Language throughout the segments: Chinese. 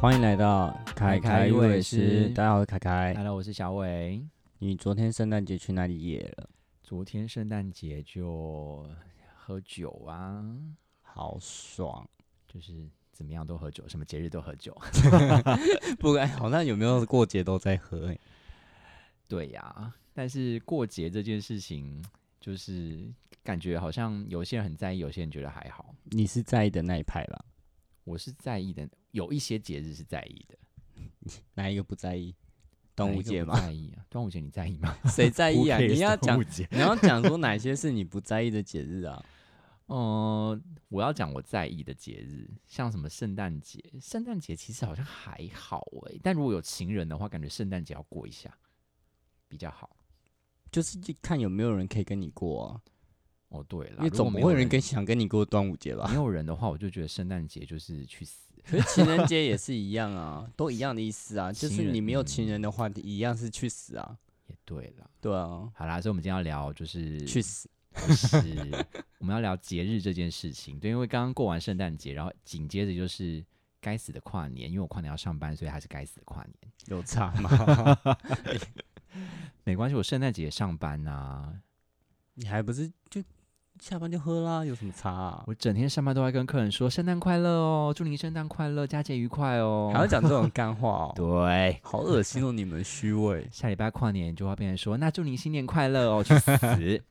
欢迎来到凯凯凯凯与与伟伟师，师大家好，我是凯凯。 Hello，我是小伟。你昨天圣诞节去哪里野了？昨天圣诞节就喝酒啊，好爽！就是怎么样都喝酒，什么节日都喝酒。 不管好像有没有过节都在喝、欸，对呀、但是过节这件事情，就是感觉好像有些人很在意，有些人觉得还好。你是在意的那一派吧？我是在意的，有一些节日是在意的。哪一个不在意？端哪午一个节不吗？ 在意啊，端午节你在意吗？谁在 意 啊？ Who cares 你要端讲午，节。你要讲 说哪些是你不在意的节日啊？嗯，我要讲我在意的节日，像什么圣诞节，圣诞节其实好像还好诶、但如果有情人的话，感觉圣诞节要过一下比较好。就是去看有没有人可以跟你过啊，哦，对了，因为如果总不没会有人人跟想跟你过端午节 吧没？有人的话，我就觉得圣诞节就是去死。可是情人节也是一样啊，都一样的意思啊，就是情人你没有情人的话，一样是去死啊。也对了，对啊，好啦，所以我们今天要聊就是去死！不是，我们要聊节日这件事情。对，因为刚刚过完圣诞节，然后紧接着就是该死的跨年，因为我跨年要上班，所以还是该死的跨年。 有差吗？没关系，我圣诞节也上班啊， 你还不是就下班就喝啦，有什么差啊？我整天上班都在跟客人说圣诞快乐哦，祝您圣诞快乐，佳节愉快哦。还要讲这种干话 哦，对，，好恶心哦！你们虚伪 下礼拜跨年就要变成说，那祝您新年快乐哦，去 死！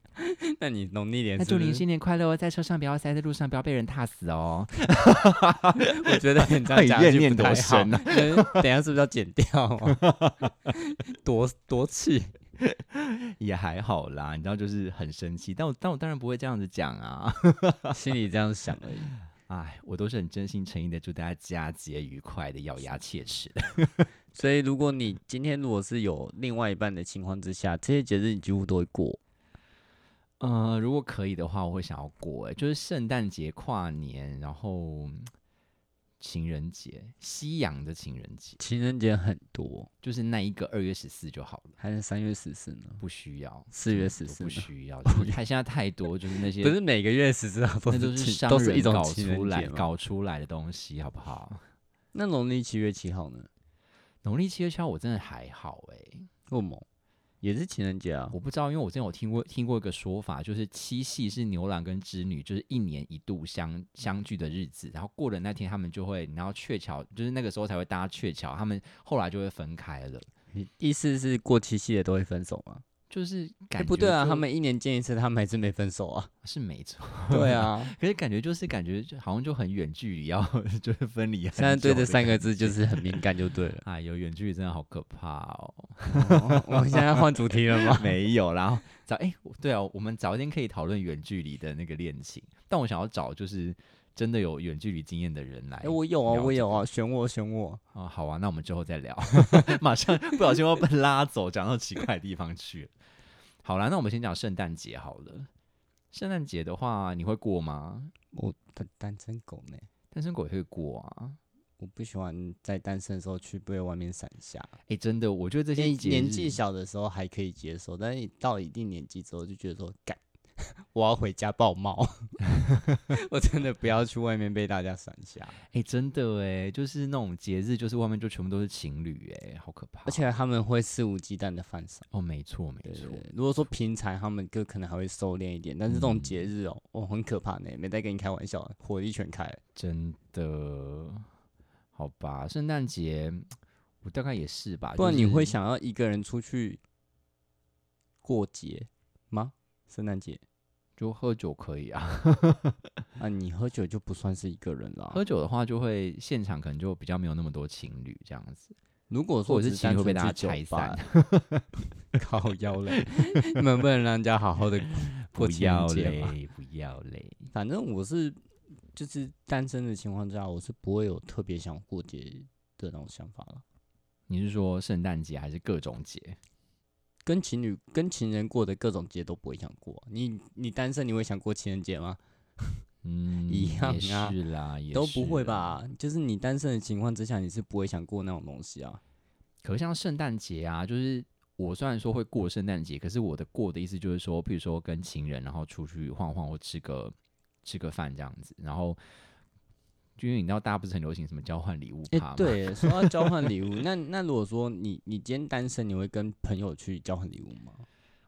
那你农历年那是祝不您是？新年快乐哦，在车上不要塞，在路上不要被人踏死哦。 我觉得你这样讲怨就念不多太好 深等一下是不是要剪掉啊？ 多多气， 也还好啦，你知道，就是很生气，但我但我当然不会这样子讲啊。 心里这样想而已。哎，我都是很真心诚意的祝大家佳节愉快的，咬牙切齿的。所以，如果你今天如果是有另外一半的情况之下，这些节日你几乎都会过。 呃，如果可以的话，我会想要过、欸，就是圣诞节、跨年，然后情人节，西洋的情人节，情人节很多，就是那一个二月十四就好了，还是三月十四呢？不需要四月14真的都不呢需要，就是太现在太多，就是那些不是每个月十四号都那都是是情商都是一人种搞情人出来节吗？搞出来的东西，好不好？那农历七月七号呢？农历七月七号我真的还好哎、恶魔也是情人节 啊，我不知道，因为我之前有听过听过一个说法，就是七夕是牛郎跟织女就是一年一度相相聚的日子，然后过了那天他们就会，然后鹊桥就是那个时候才会搭鹊桥，他们后来就会分开了，意思是过七夕的都会分手吗？就是哎、感觉、不对啊，他们一年见一次，他们还是没分手 啊。是没错，对啊，可是感觉就是感觉就好像就很远距离要 就是分离很久的感觉，。现在对这三个字就是很敏感，就对了哎呦，远距离真的好可怕哦！ 哦 我们现在要换主题了吗？没有啦，早哎、我对啊，我们早一天可以讨论远距离的那个恋情，但我想要找就是真的有远距离经验的人来。 哎、我有了啊，解我有啊，选我，选我。哦，好啊，那我们之后再聊。 马上不小心要被拉走，讲到奇怪的地方去了。好啦，那我们先讲圣诞节好了。圣诞节的话，你会过吗？我单单身狗呢？单身狗也会过啊。我不喜欢在单身的时候去被外面闪瞎。哎、真的，我觉得这些年节年日纪小的时候还可以接受，但是你到一定年纪之后就觉得说，干，我要回家抱猫， 我真的不要去外面被大家闪瞎。哎、真的哎，就是那种节日，就是外面就全部都是情侣哎，好可怕。而且他们会肆无忌惮的犯傻。哦，没错没对对错，对，如果说平常他们就可能还会收敛一点，但是这种嗯节日哦，哦很可怕呢，没在跟你开玩笑，火力全啊开。真的，好吧，圣诞节我大概也是吧。不然就你会是想要一个人出去过节吗？圣诞节就喝酒可以啊，啊，你喝酒就不算是一个人啦。喝酒的话就会现场可能就比较没有那么多情侣这样子。如果说或者只是情侣单会被纯大去家拆酒吧散， 靠腰嘞， 你们不能让人家好 好的过不情人要节嘛。嘞，不要嘞。反正我是就是单身的情况之下，我是不会有特别想过节的那种想法了。你是说圣诞节还是各种节？跟情侣、跟情人过的各种节都不会想过。你你单身，你会想过情人节吗？嗯，一样也啊是啦，也都不是会啦。吧？就是你单身的情况之下，你是不会想过那种东西啊。可是像圣诞节啊，就是我虽然说会过圣诞节，可是我的过的意思就是说，譬如说跟情人，然后出去晃晃或吃个吃个饭这样子，然后就因为你知道大家不是很流行什么交换礼物哎、趴吗？对，说到交换 礼物，那那如果说你你今天单身，你会跟朋友去交换礼物吗？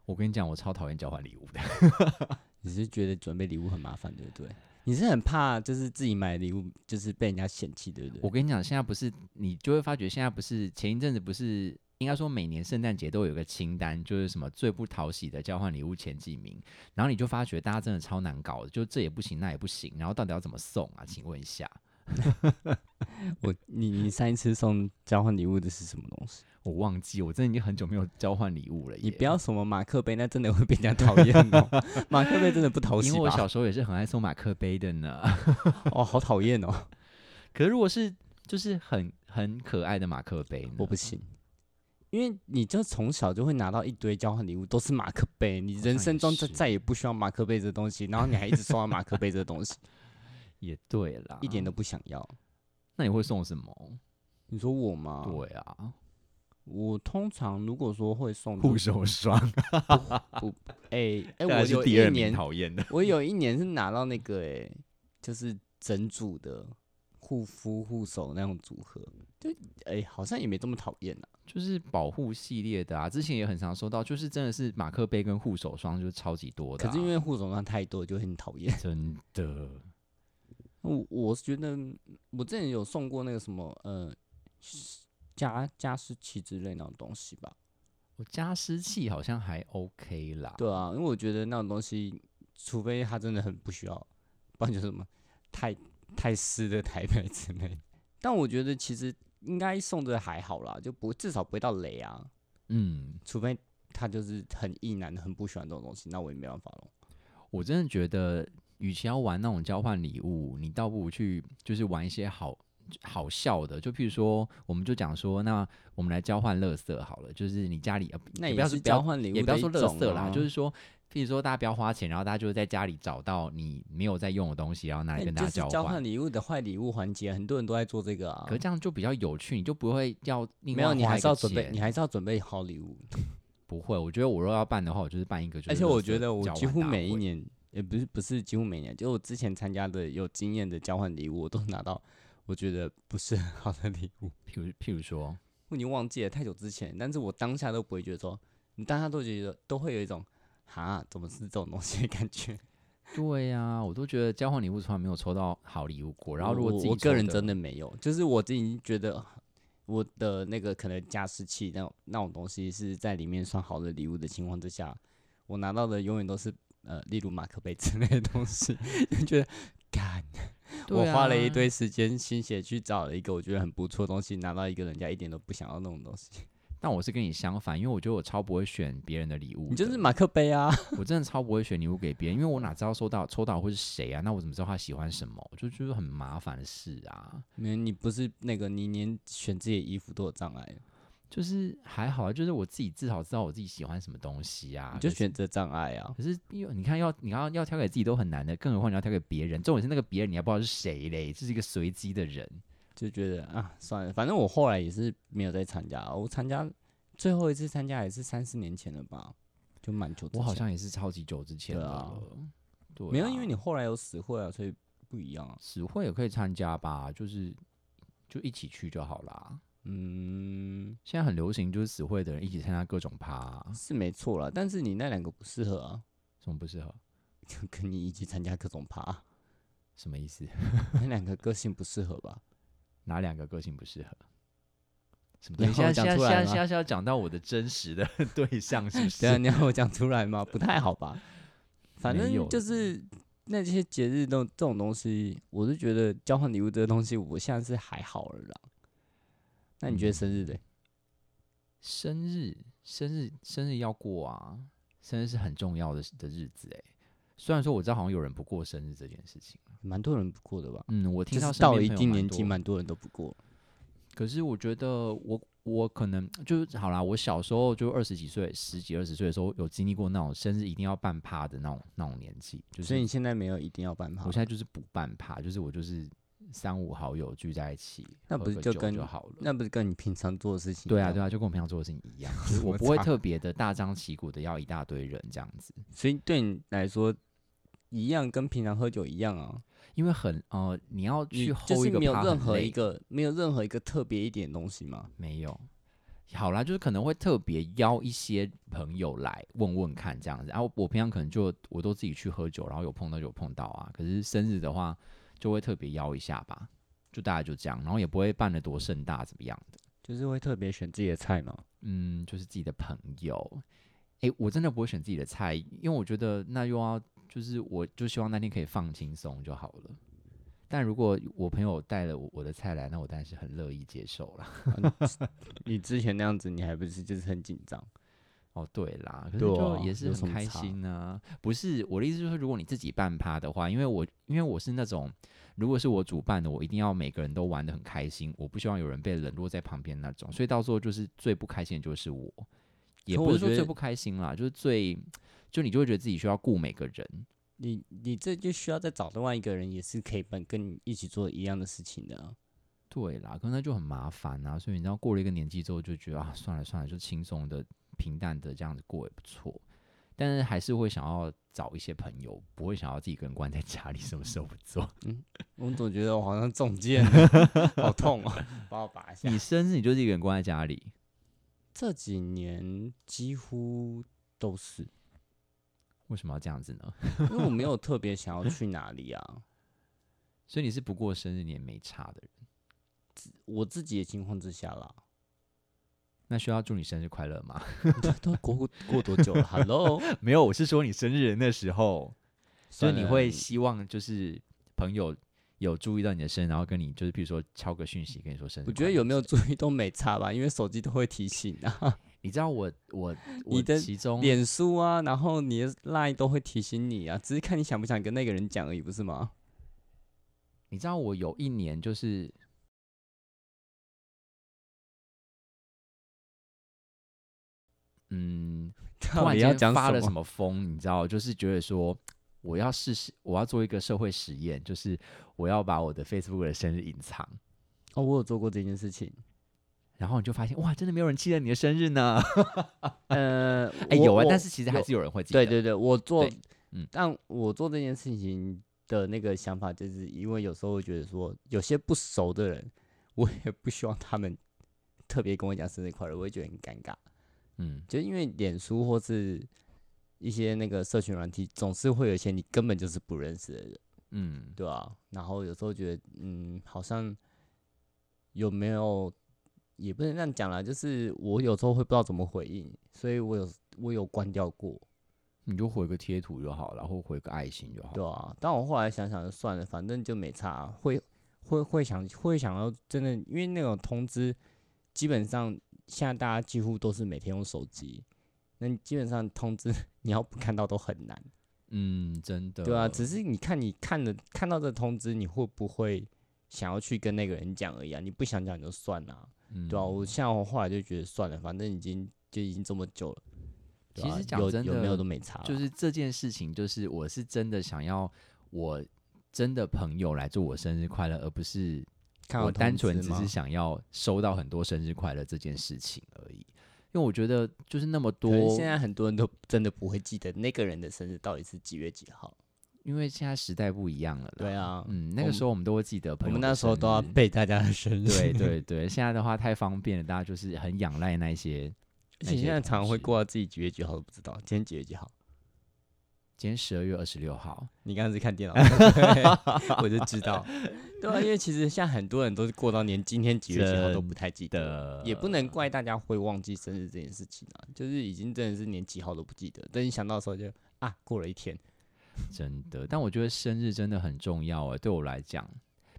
我跟你讲，我超讨厌交换礼物的。你是觉得准备礼物很麻烦，对不对？你是很怕就是自己买礼物就是被人家嫌弃，对不我对？跟你讲，现在不是你就会发觉，现在不是前一阵子不是应该说每年圣诞节都有一个清单，就是什么最不讨喜的交换礼物前几名，然后你就发觉大家真的超难搞的，就这也不行，那也不行，然后到底要怎么送啊？请问一下，我你你上一次送交换礼物的是什么东西？我忘记，我真的已经很久没有交换礼物了耶。你不要什么马克杯，那真的会被人家讨厌哦。 马克杯真的不讨喜因为我吧？小时候也是很爱送马克杯的呢。 哦，好讨厌嗯哦，可是如果是就是很很可爱的马克杯呢，我不行。因为你就从小就会拿到一堆交换礼物，都是马克杯，你好人像生也中就是再也不需要马克杯这东西，然后你还一直收到马克杯这东 西，也对啦，一点都。不想 要。那你会送什么？你说我吗？，对啊，我通常如果说会送护就手霜，哎哎、当然我是有第一二名年，讨 厌的。我有一年是拿到那个哎、就是整组的护肤护手那种组合，就哎、好像也没这么讨厌啊。就是保护系列的啊，之前也很常收到，就是真的是马克杯跟护手霜就是超级多的啊、可是因为护手霜太多，就很讨厌。 真的我我是觉得我之前有送过那个什么呃加加湿器之类那种东西吧，我加湿器好像还 OK 啦，对啊，因为我觉得那种东西，除非它真的很不需要，不然就是什么太太湿的台北之类的。但我觉得其实应该送的还好啦，就不至少不会到雷啊，嗯，除非他就是很意男，很不喜欢这种东西，那我也没办法咯。我真的觉得，与其要玩那种交换礼物，你倒不如去就是玩一些好好笑的，就譬如说，我们就讲说，那我们来交换乐色好了，就是你家里呃那也也不要是不要交换礼物、也不要说乐乐色啦，就是是说。譬如说，大家不要花钱，然后大家就会在家里找到你没有在用的东西，然后拿那来跟你就大家是交交换换。礼物的坏礼物环节，很多人都在做这个啊可。是这样就比较有趣，你就不会要另没外有，你花还一是个要准备，钱你还是要准备好礼物。不会。我觉得我若要办的话，我就是办一个就而是垃圾且交换大会，我觉得我几乎每一年，也不是不是几乎每年，就我之前参加的有经验的交换礼物，我都拿到我觉得不是很好的礼物，譬如譬如说，我已经忘记了太久之前，但是我当下都不会觉得说，你当下都觉得都会有一种哈怎么是这种东西的感觉。对呀、我都觉得交换礼物从来没有抽到好礼物过。 然后如果我自己我个人真的的没有，就是我自己觉得。我的那个可能加湿器那种那种东西是在里面算好的礼物的情况之下，我拿到的永远都是呃，例如马克杯之类的东西，就觉得干，我对花了一啊堆时间心血去找了一个我觉得很不错的东西，拿到一个人家一点都不想要那种东西，但我是跟你相反，因为我觉得我超不会选别人的礼物的，你就是马克杯啊， 我真的超不会选礼物给别人，因为我哪知道收到抽到会是谁啊？那我怎么知道他喜欢什么？就就是很麻烦的事啊。没有你不是那个你连选自己的衣服都有障碍，就是还好啊，就是我自己至少知道我自己喜欢什么东西啊。你就可是选择障碍啊，可是因为你看要你要要挑给自己都很难的，更何况你要挑给别人。重点是那个别人你还不知道是谁嘞，这是一个随机的人。就觉得啊算了，反正我后来也是没有再参加，我参加最后一次参加也是三四年前了吧，就蛮久之前，我好像也是超级久之前的对啊了，对啊，没有，因为你后来有死会啊，所以不一样啊，死会也可以参加吧，就是就一起去就好啦。嗯，现在很流行就是死会的人一起参加各种趴啊、是没错啦，但是你那两个不适合啊， 什么不适合？就跟你一起参加各种趴啊、什么意思？ 那两个个性不适合吧？哪两个个性不适合？什么你东西？现要我讲在现在出现来在吗现在是要讲到我的真实 的对象是不对啊，是？你要我讲出来吗？不太好吧？反没有正就了是那些节日都这种东西，我是觉得交换礼物这个东西，我现在是还好了啦。那嗯你觉得生日嘞？生日，生日，生日要过啊！生日是很重要的的日子哎。虽然说我知道好像有人不过生日这件事情，蛮多人不过的吧？嗯，我听就到是身到边了一朋友定年多纪，蛮多人都不过。可是我觉得我我可能就是好啦，我小时候就二十几岁、十几二十岁的时候，有经历过那种生日一定要办趴的那种那种年纪，就是所以你现在没有一定要办趴我，现在就是不办趴，就是我就是三五好友聚在一起，那喝不是个就酒跟就好了。那不是跟你平常做的事情？对啊，对。啊，就跟我平常做的事情一 样，就是我么不会差特别的大张旗鼓的要一大堆人这样子。所以对你来说，一样跟平常喝酒一样啊。因为很呃，你要你去就 hold 一是个没有 part 任很何累一个没有任何一个特别一点的东西吗？没有。好啦，就是可能会特别邀一些朋友来问问看这样子。然、后我平常可能就我都自己去喝酒，然后有碰到就有碰到啊。可是生日的话，就会特别邀一下吧，就大家就这样，然后也不会办的多盛大怎么样的。就是会特别选自己的菜吗？嗯，就是自己的朋友。诶，我真的不会选自己的菜，因为我觉得那又要就是我就希望那天可以放轻松就好了。但如果我朋友带了我我的菜来，那我当然是很乐意接受啦。你之前那样子，你还不是就是很紧张？哦，对啦，可是对就啊也是有很什么开差心啊。不是我的意思，就是如果你自己办趴的话，因为我因为我是那种，如果是我主办的，我一定要每个人都玩的很开心，我不希望有人被冷落在旁边那种。所以到时候就是最不开心的就是我，也可不我是说觉最得不开心啦，就是最就你就会觉得自己需要顾每个人。你你这就需要再找另外一个人，也是可以跟跟你一起做一样的事情的啊、对啦，可能就很麻烦啊。所以你知道，过了一个年纪之后，就觉得啊，算了算了，就轻松的、平淡的这样子过也不错。但是还是会想要找一些朋友，不会想要自己一个人关在家里，什么事都不 做。我总觉得我好像中 箭了，好痛哦、帮我拔一下你。生日你就自己一个人关在家里，这几年几乎都是，为什么要这样子呢？ 因为我没有特别想要去哪里啊。所以你是不过生日你也没差的人。我自己的情况之下啦，那需要祝你生日快乐吗？ 这 都过过多久了？Hello，没有，我是说你生日的那时候，所所以以你会希望就是朋友有注意到你的生日，然后跟你就是比如说敲个讯息跟你说生日。我觉得有没有注意都没差吧，因为手机都会提醒啊，你知道我我你我的其中脸书啊，然后你的 line 都会提醒你啊，只是看你想不想跟那个人讲而已，不是 吗？你知道我有一年就是 嗯，突到然底要间讲发什了什么？么疯，你知道，就是觉得说我要试试，我要做一个社会实验，就是我要把我的 Facebook 的生日隐藏。哦，我有做过这件事 情。然后你就发现，哇，真的没有人记得你的生 日呢。呃，哎，我有啊，我但是其实还有是有人会记得。对对对，我做对，嗯但我做这件事情的那个想法，就是因为有时候会觉得说，有些不熟的人，我也不希望他们特别跟我讲生日快乐，我会觉得很尴尬。 嗯，就因为脸书或是一些那个社群软体，总是会有一些你根本就是不认识的人，嗯，对啊，然后有时候觉得，嗯，好像有没有也不能这样讲啦，就是我有时候会不知道怎么回应，所以我有我有关掉过，你就回个贴图就好了，或回个爱心就好。对啊，但我后来想想就算了，反正就没差啊、会会会想会想要真的，因为那种通知，基本上现在大家几乎都是每天用手机，那你基本上通知 你要不看到都很难，嗯，真的。对啊，只是你看你看了看到这通知，你会不会想要去跟那个人讲而已啊？你不想讲就算了、嗯对啊，我像我后来就觉得算了，反正已经就已经这么久了，对其啊实讲有真有没的有都没差啦，就是这件事情，就是我是真的想要我真的朋友来祝我生日快乐，而不是看我到单通纯知只吗是想要收到很多生日快乐这件事情而已。因为我觉得就是那么可能多，现在很多人都真的不会记得那个人的生日到底是几月几号。因为现在时代不一样了啦。对啊嗯，那我个们时候我们都会记得我朋友们的那时候生都要 日背大家的生日，对， 对对，现在的话太方便了，大家就是很仰赖那些。而那且些现在同常常会事过到自己几月几号都不知道，今天几月几号。今天十二月二十六号，你刚刚是看 电脑，对我就知道。 对啊，因为其实现在很多人都是过到连今天几月几号都不太记得，也不能怪大家会忘记生日这件事情啊，就是已经真的是连几号都不记得，等你想到的时候就啊过了一天。真的，但我觉得生日真的很重要哎，对我来讲，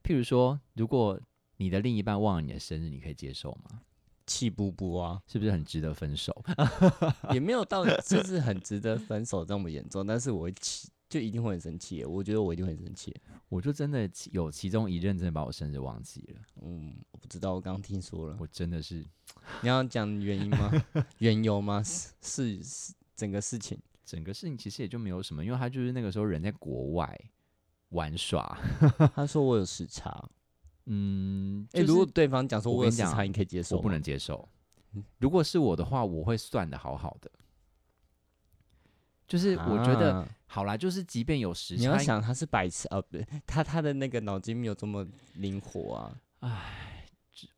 譬如说，如果你的另一半忘了你的生日，你可以接受吗？气不不啊，是不是很值得分手？ 也没有到 就是很值得分手这么严重，但是我会气，就一定会很生气耶。我觉得我一定会很生气。我就真的其有其中一任真的把我生日忘记了，嗯，我不知道，我刚刚听说了。我真的是你要讲原因 吗？缘由吗？是是是整个事情。整个事情其实也就没有什么，因为他就是那个时候人在国外玩耍， 他说我有时差。嗯，哎、就是如果对方讲说我我有跟你时讲差，你可以接受吗？我不能嗯接受。如果是我的话，我会算的好好的。就是我觉得、啊好啦，就是即便有时你要差，想他是白痴啊，不对，他他的那个脑筋没有这么灵活啊，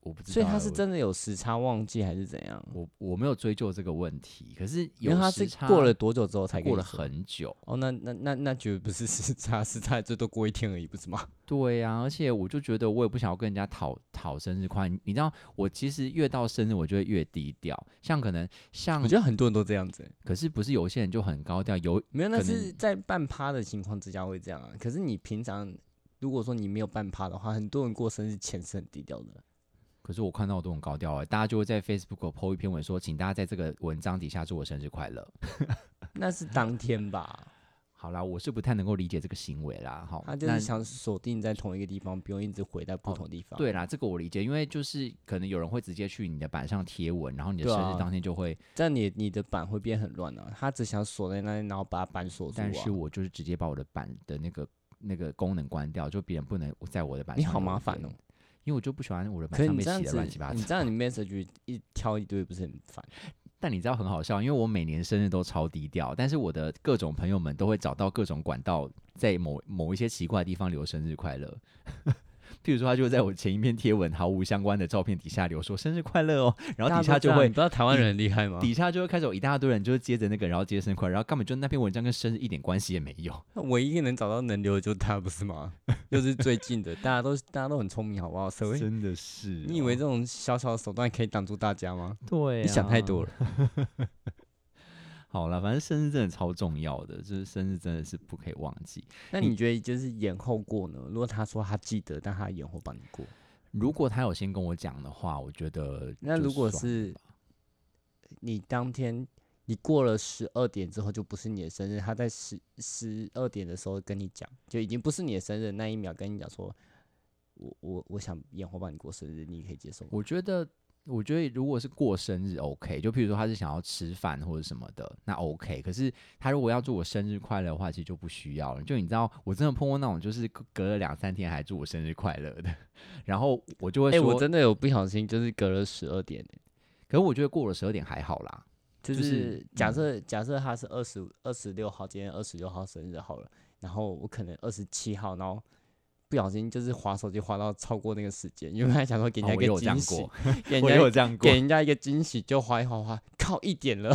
我不知道欸，所以他是我真的有时差忘记还是怎样？我我没有追究这个问题，可是因有为他时是差过了多久之后才过跟了你说很久，哦，那那那那绝对不是时差，时差最多过一天而已，不是吗？对呀、而且我就觉得我也不想要跟人家讨讨生日快，你知道，我其实越到生日我就会越低调，像可能像我，觉得很多人都这样子欸、可是不是有些人就很高调，有没有，那可能是在半趴的情况之下会这样啊。可是你平常如果说你没有半趴的话，很多人过生日前是很低调的。可是我看到我都很高调哎、大家就会在 Facebook po 一篇文说，请大家在这个文章底下祝我生日快乐。那是当天吧，好啦，我是不太能够理解这个行为啦，好，他就那是想锁定在同一个地方，不用一直回到不同地方。对啦，这个我理解，因为就是可能有人会直接去你的板上贴文，然后你的对生啊日当天就会，这样你你的板会变很乱啊。他只想锁在那里，然后把板锁住、啊。但是我就是直接把我的板的那个那个功能关掉，就别人不能在我的板上你留言。好麻烦哦、因为我就不喜欢我的板可是上你被这样写的乱子七八，你糟。这 样你 message 一挑一堆，不是很烦？但你知道很好笑，因为我每年生日都超低调，但是我的各种朋友们都会找到各种管道，在某某一些奇怪的地方留生日快乐。 譬如说，他就会在我前一篇贴文毫无相关的照片底下留说生日快乐哦，然后底大下家都这就样会你知道台湾人很厉害吗？底下就会开始有一大堆人，就是接着那个，然后接生快，然后根本就那篇文章跟生日一点关系也没有。那唯一能找到能留的就是他，不是吗？ 就是最近的，大家都大家都很聪明，好不好？社会真的是哦、你以为这种小小的手段可以挡住大家吗？对、啊你想太多了。了。好了，反正生日真的超重要的，就是生日真的是不可以忘记。 那你你觉得就是延后过呢？如果他说他记得，但他延后帮你过，如果他有先跟我讲的话，我觉得那就如果算是你当天你过了十二点之后就不是你的生日，他在十十二点的时候跟你讲，就已经不是你的生日那一秒跟你讲说，我我我想延后帮你过生日，你可以接受吗？我觉得，我觉得如果是过生日 OK，就譬如说他是想要吃饭或者什么的，那 OK。可是他如果要祝我生日快乐的话，其实就不需要了。就你知道，我真的碰过那种就是隔隔了两三天还祝我生日快乐的，然后我就会哎、说，我真的有不小心就是隔了十二点、欸可是我觉得过了十二点还好啦。就就是是假嗯设、假设他是二十二十六号，今天二十六号生日好了，然后我可能二十七号，然后不小心就是划手机划到超过那个时间，因为他想说给哦人家我也一个有这样惊喜过，，给 人我也有家这样过给。人家一个惊喜就划一划划，靠一点了，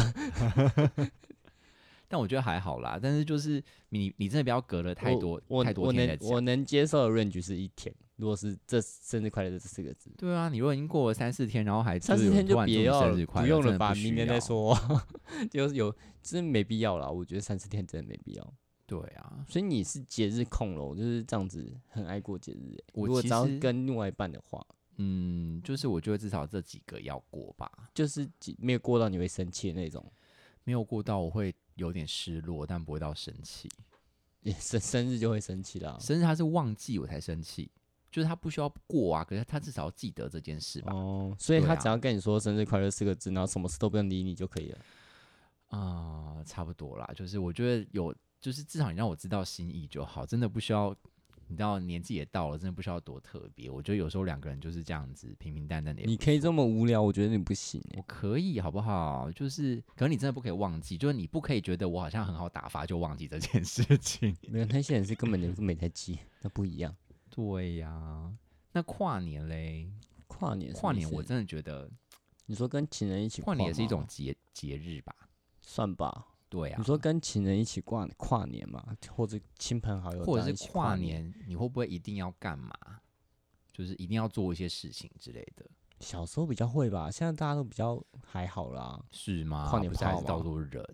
但我觉得还好啦。但是就是你你真的不要隔了 太我多我太我多天再能讲我。能接受的 range 是一天，如果是这生日快乐这四个字，对啊，你如果已经过了三四天，然后还三就是四有天人就突然祝别你要生了日，快不乐用真了的吧，需明年再要说， 就是有真没必要啦，我觉得三四天真的没必要。对啊，所以你是节日控咯，就是这样子，很爱过节日欸。我如果其只要实跟另外一半的话，嗯，就是我觉得至少这几个要过吧，就是几没有过到你会生气的那种， 没有过到我会有点失落，但不会到生气。也生生日就会生气啦。生日他是忘记我才生气，就是他不需要过啊，可是他至少要记得这件事吧。啊、哦，所以对他啊只要跟你说“生日快乐”四个字，然后什么事都不用理你就可以了。啊差不多啦，就是我觉得有，就是至少你让我知道心意就好，真的不需要。你知道年纪也到了，真的不需要多特别。我觉得有时候两个人就是这样子平平淡淡的也不你可以这么无聊，我觉得你不行欸、我可以，好不好？就是，可是你真的不可以忘记，就是你不可以觉得我好像很好打发就忘记这件事情。 没有那些人是根本就没在记，那不一样。对呀、那跨年嘞？跨年什么跨意年我思真的觉得你说跟情人一起跨年也是一吗种节节日吧？算吧。对啊你，说跟情人一起跨跨年嘛，或者亲朋好友或这样者一是起跨跨，年，你会不会一定要干嘛？就是一定要做一些事情之类的，小时候比较会吧，现在大家都比较还好啦。是吗？跨年不是还炮是到吗处人？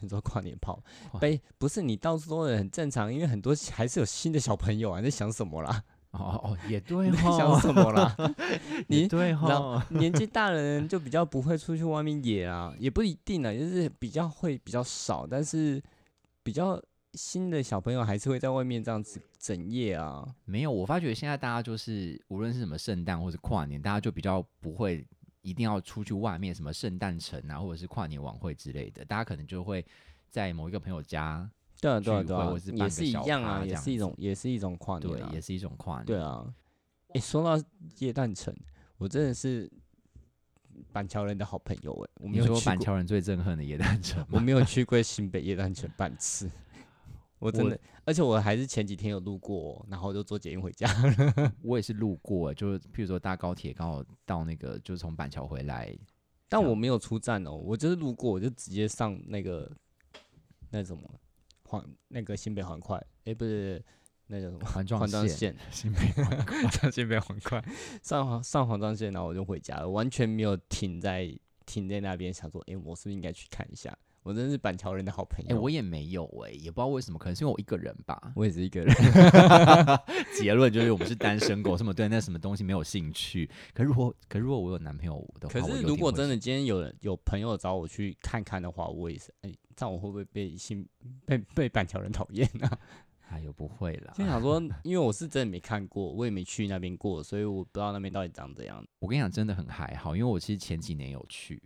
你说跨年炮跨，被不是你到处都很正常，因为很多还是有新的小朋友啊，你在想什么啦？哦哦哦， 也对你在想哈，什么啦？也你对然哈，年纪大的人就比较不会出去外面野啊，也不一定啊，就是比较会比较少，但是比较新的小朋友还是会在外面这样子整夜啊。没有，我发觉现在大家就是无论是什么圣诞或是跨年，大家就比较不会一定要出去外面什么圣诞城啊，或者是跨年晚会之类的，大家可能就会在某一个朋友家，对啊，对啊，聚对会啊或是，办也个是一小样趴啊，这也样是一种，也是一种跨年对啊，，也是一种跨年。对啊，诶，说到夜蛋城，我真的是板桥人的好朋友哎、我没你有说去板过桥人最憎恨的耶诞城我吗？ 没有去过新北夜诞城半 次，我真的，而且我还是前几天有路过哦，然后就坐捷运回家。我也是路过，欸就是譬如说搭高铁刚好到那个，就是从板桥回 来，但这样我没有出站哦，我就是路过，我就直接上那个那什么环那个新北环快，诶，不是那叫什么环状环状线，线，新北环 上新北环快，上环上环状线，然后我就回家了，完全没有停在停在那边，想说，诶，我是不是应该去看一下？我真是板桥人的好朋哎、友，我也没有哎、也不知道为什么，可能是因为我一个人吧。我也是一 个人，结论就是我们是单身狗，什么对那什么东西没有兴趣。可如果可如果我有男朋友的话，可我是有如点果会真去的今天有人有朋友找我去看看的话，我也是，哎、这样我会不会被新被被板桥人讨厌啊？哎呦不会啦，就想说，因为我是真的没看过，我也没去那边过，所以我不知道那边到底长怎样。我跟你讲真的很还好，因为我其实前几年有去，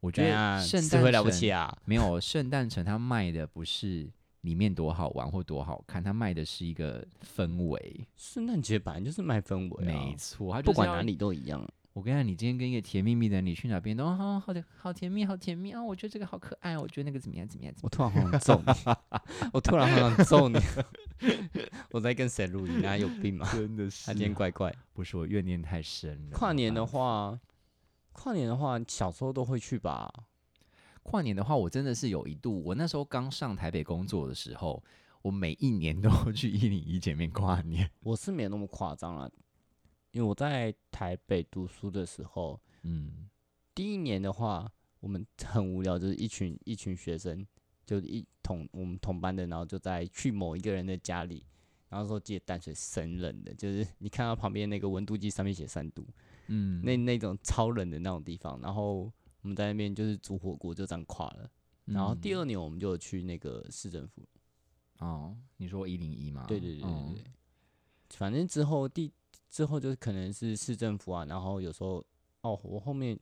我觉怎得样？圣是诞会了不城起啊？没有，圣诞城它卖的不是里面多好玩或多好看，它卖的是一个氛围。圣诞节本来就是卖氛围啊没，错，它就不是管要哪。里都一样。啊我跟你讲，你今天跟一个甜蜜蜜的人，你去哪边都哦，好好的，好甜蜜，好甜蜜啊！我觉得这个好可爱哦，我觉得那个怎么样，怎么样，怎么我突然好想揍你， 我突然好想揍你。我在跟谁录音啊？有病吗？样？真的是他今天怪怪。不是我怨念太深了。跨年没的办法，话，跨年的话，小时候都会去吧？跨年的话，我真的是有一度，我那时候刚上台北工作的时候，我每一年都会去一零一前面跨年。我是没有那么夸张啦，因为我在台北读书的时候，嗯，第一年的话，我们很无聊，就是一群一群学生，就一同我们同班的，然后就在去某一个人的家里，然后说自己的淡水生冷的，就是你看到旁边那个温度计上面写三度，嗯，那那种超冷的那种地方，然后我们在那边就是煮火锅就这样跨了。然后第二二年我们就有去那个市政府，哦，你说一零一吗？对对对对嗯对，反正之后第之后就是可能是市政府啊，然后有时候哦，我后面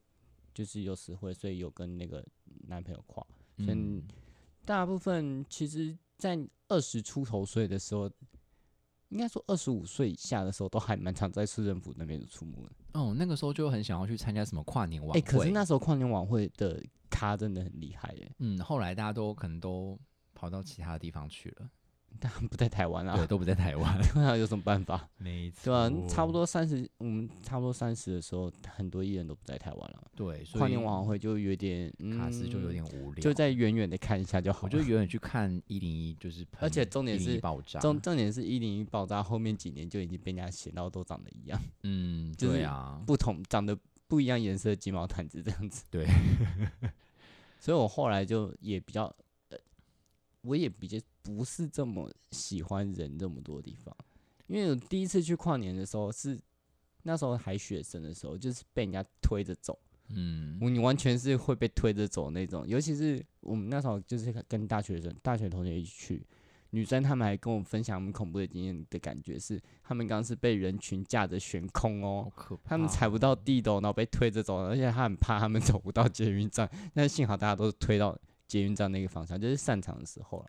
就是有死会，所以有跟那个男朋友跨。所以嗯大部分其实，在二十出头岁的时候，应该说二十五岁以下的时候，都还蛮常在市政府那边出没的。哦，那个时候就很想要去参加什么跨年晚哎、会。可是那时候跨年晚会的咖真的很厉害耶， 嗯，后来大家都可能都跑到其他的地方去了，但不在台湾 对，哦啊，都不在台湾。对啊，有什么办法？没对啊，差不。多三十，我们差不多三十的时候，很多艺人都不在台湾了。对，所以跨年晚会就有点，嗯、卡斯就有点无聊，就在远远的看一下就好我了。就远远去看一零一，就是喷而且重点101是爆炸，重重点是一零一爆炸后面几年就已经被人家写到都长得一样，嗯，就是对 啊，不同长得不一样颜色的鸡毛掸子这样子。对，所以我后来就也比较，呃，我也比较不是这么喜欢人这么多地方，因为我第一次去跨年的时候是那时候还学生的时候，就是被人家推着走。嗯，我你完全是会被推着走那种，尤其是我们那时候就是跟大学生、大学同学一起去，女生她们还跟我分享很恐怖的经验的感觉是，她们刚刚是被人群架着悬空好哦，可怕，她们踩不到地的哦、然后被推着走，而且她很怕她们走不到捷运站， 但幸好大家都是推到捷运站那个方向，就是散场的时候了。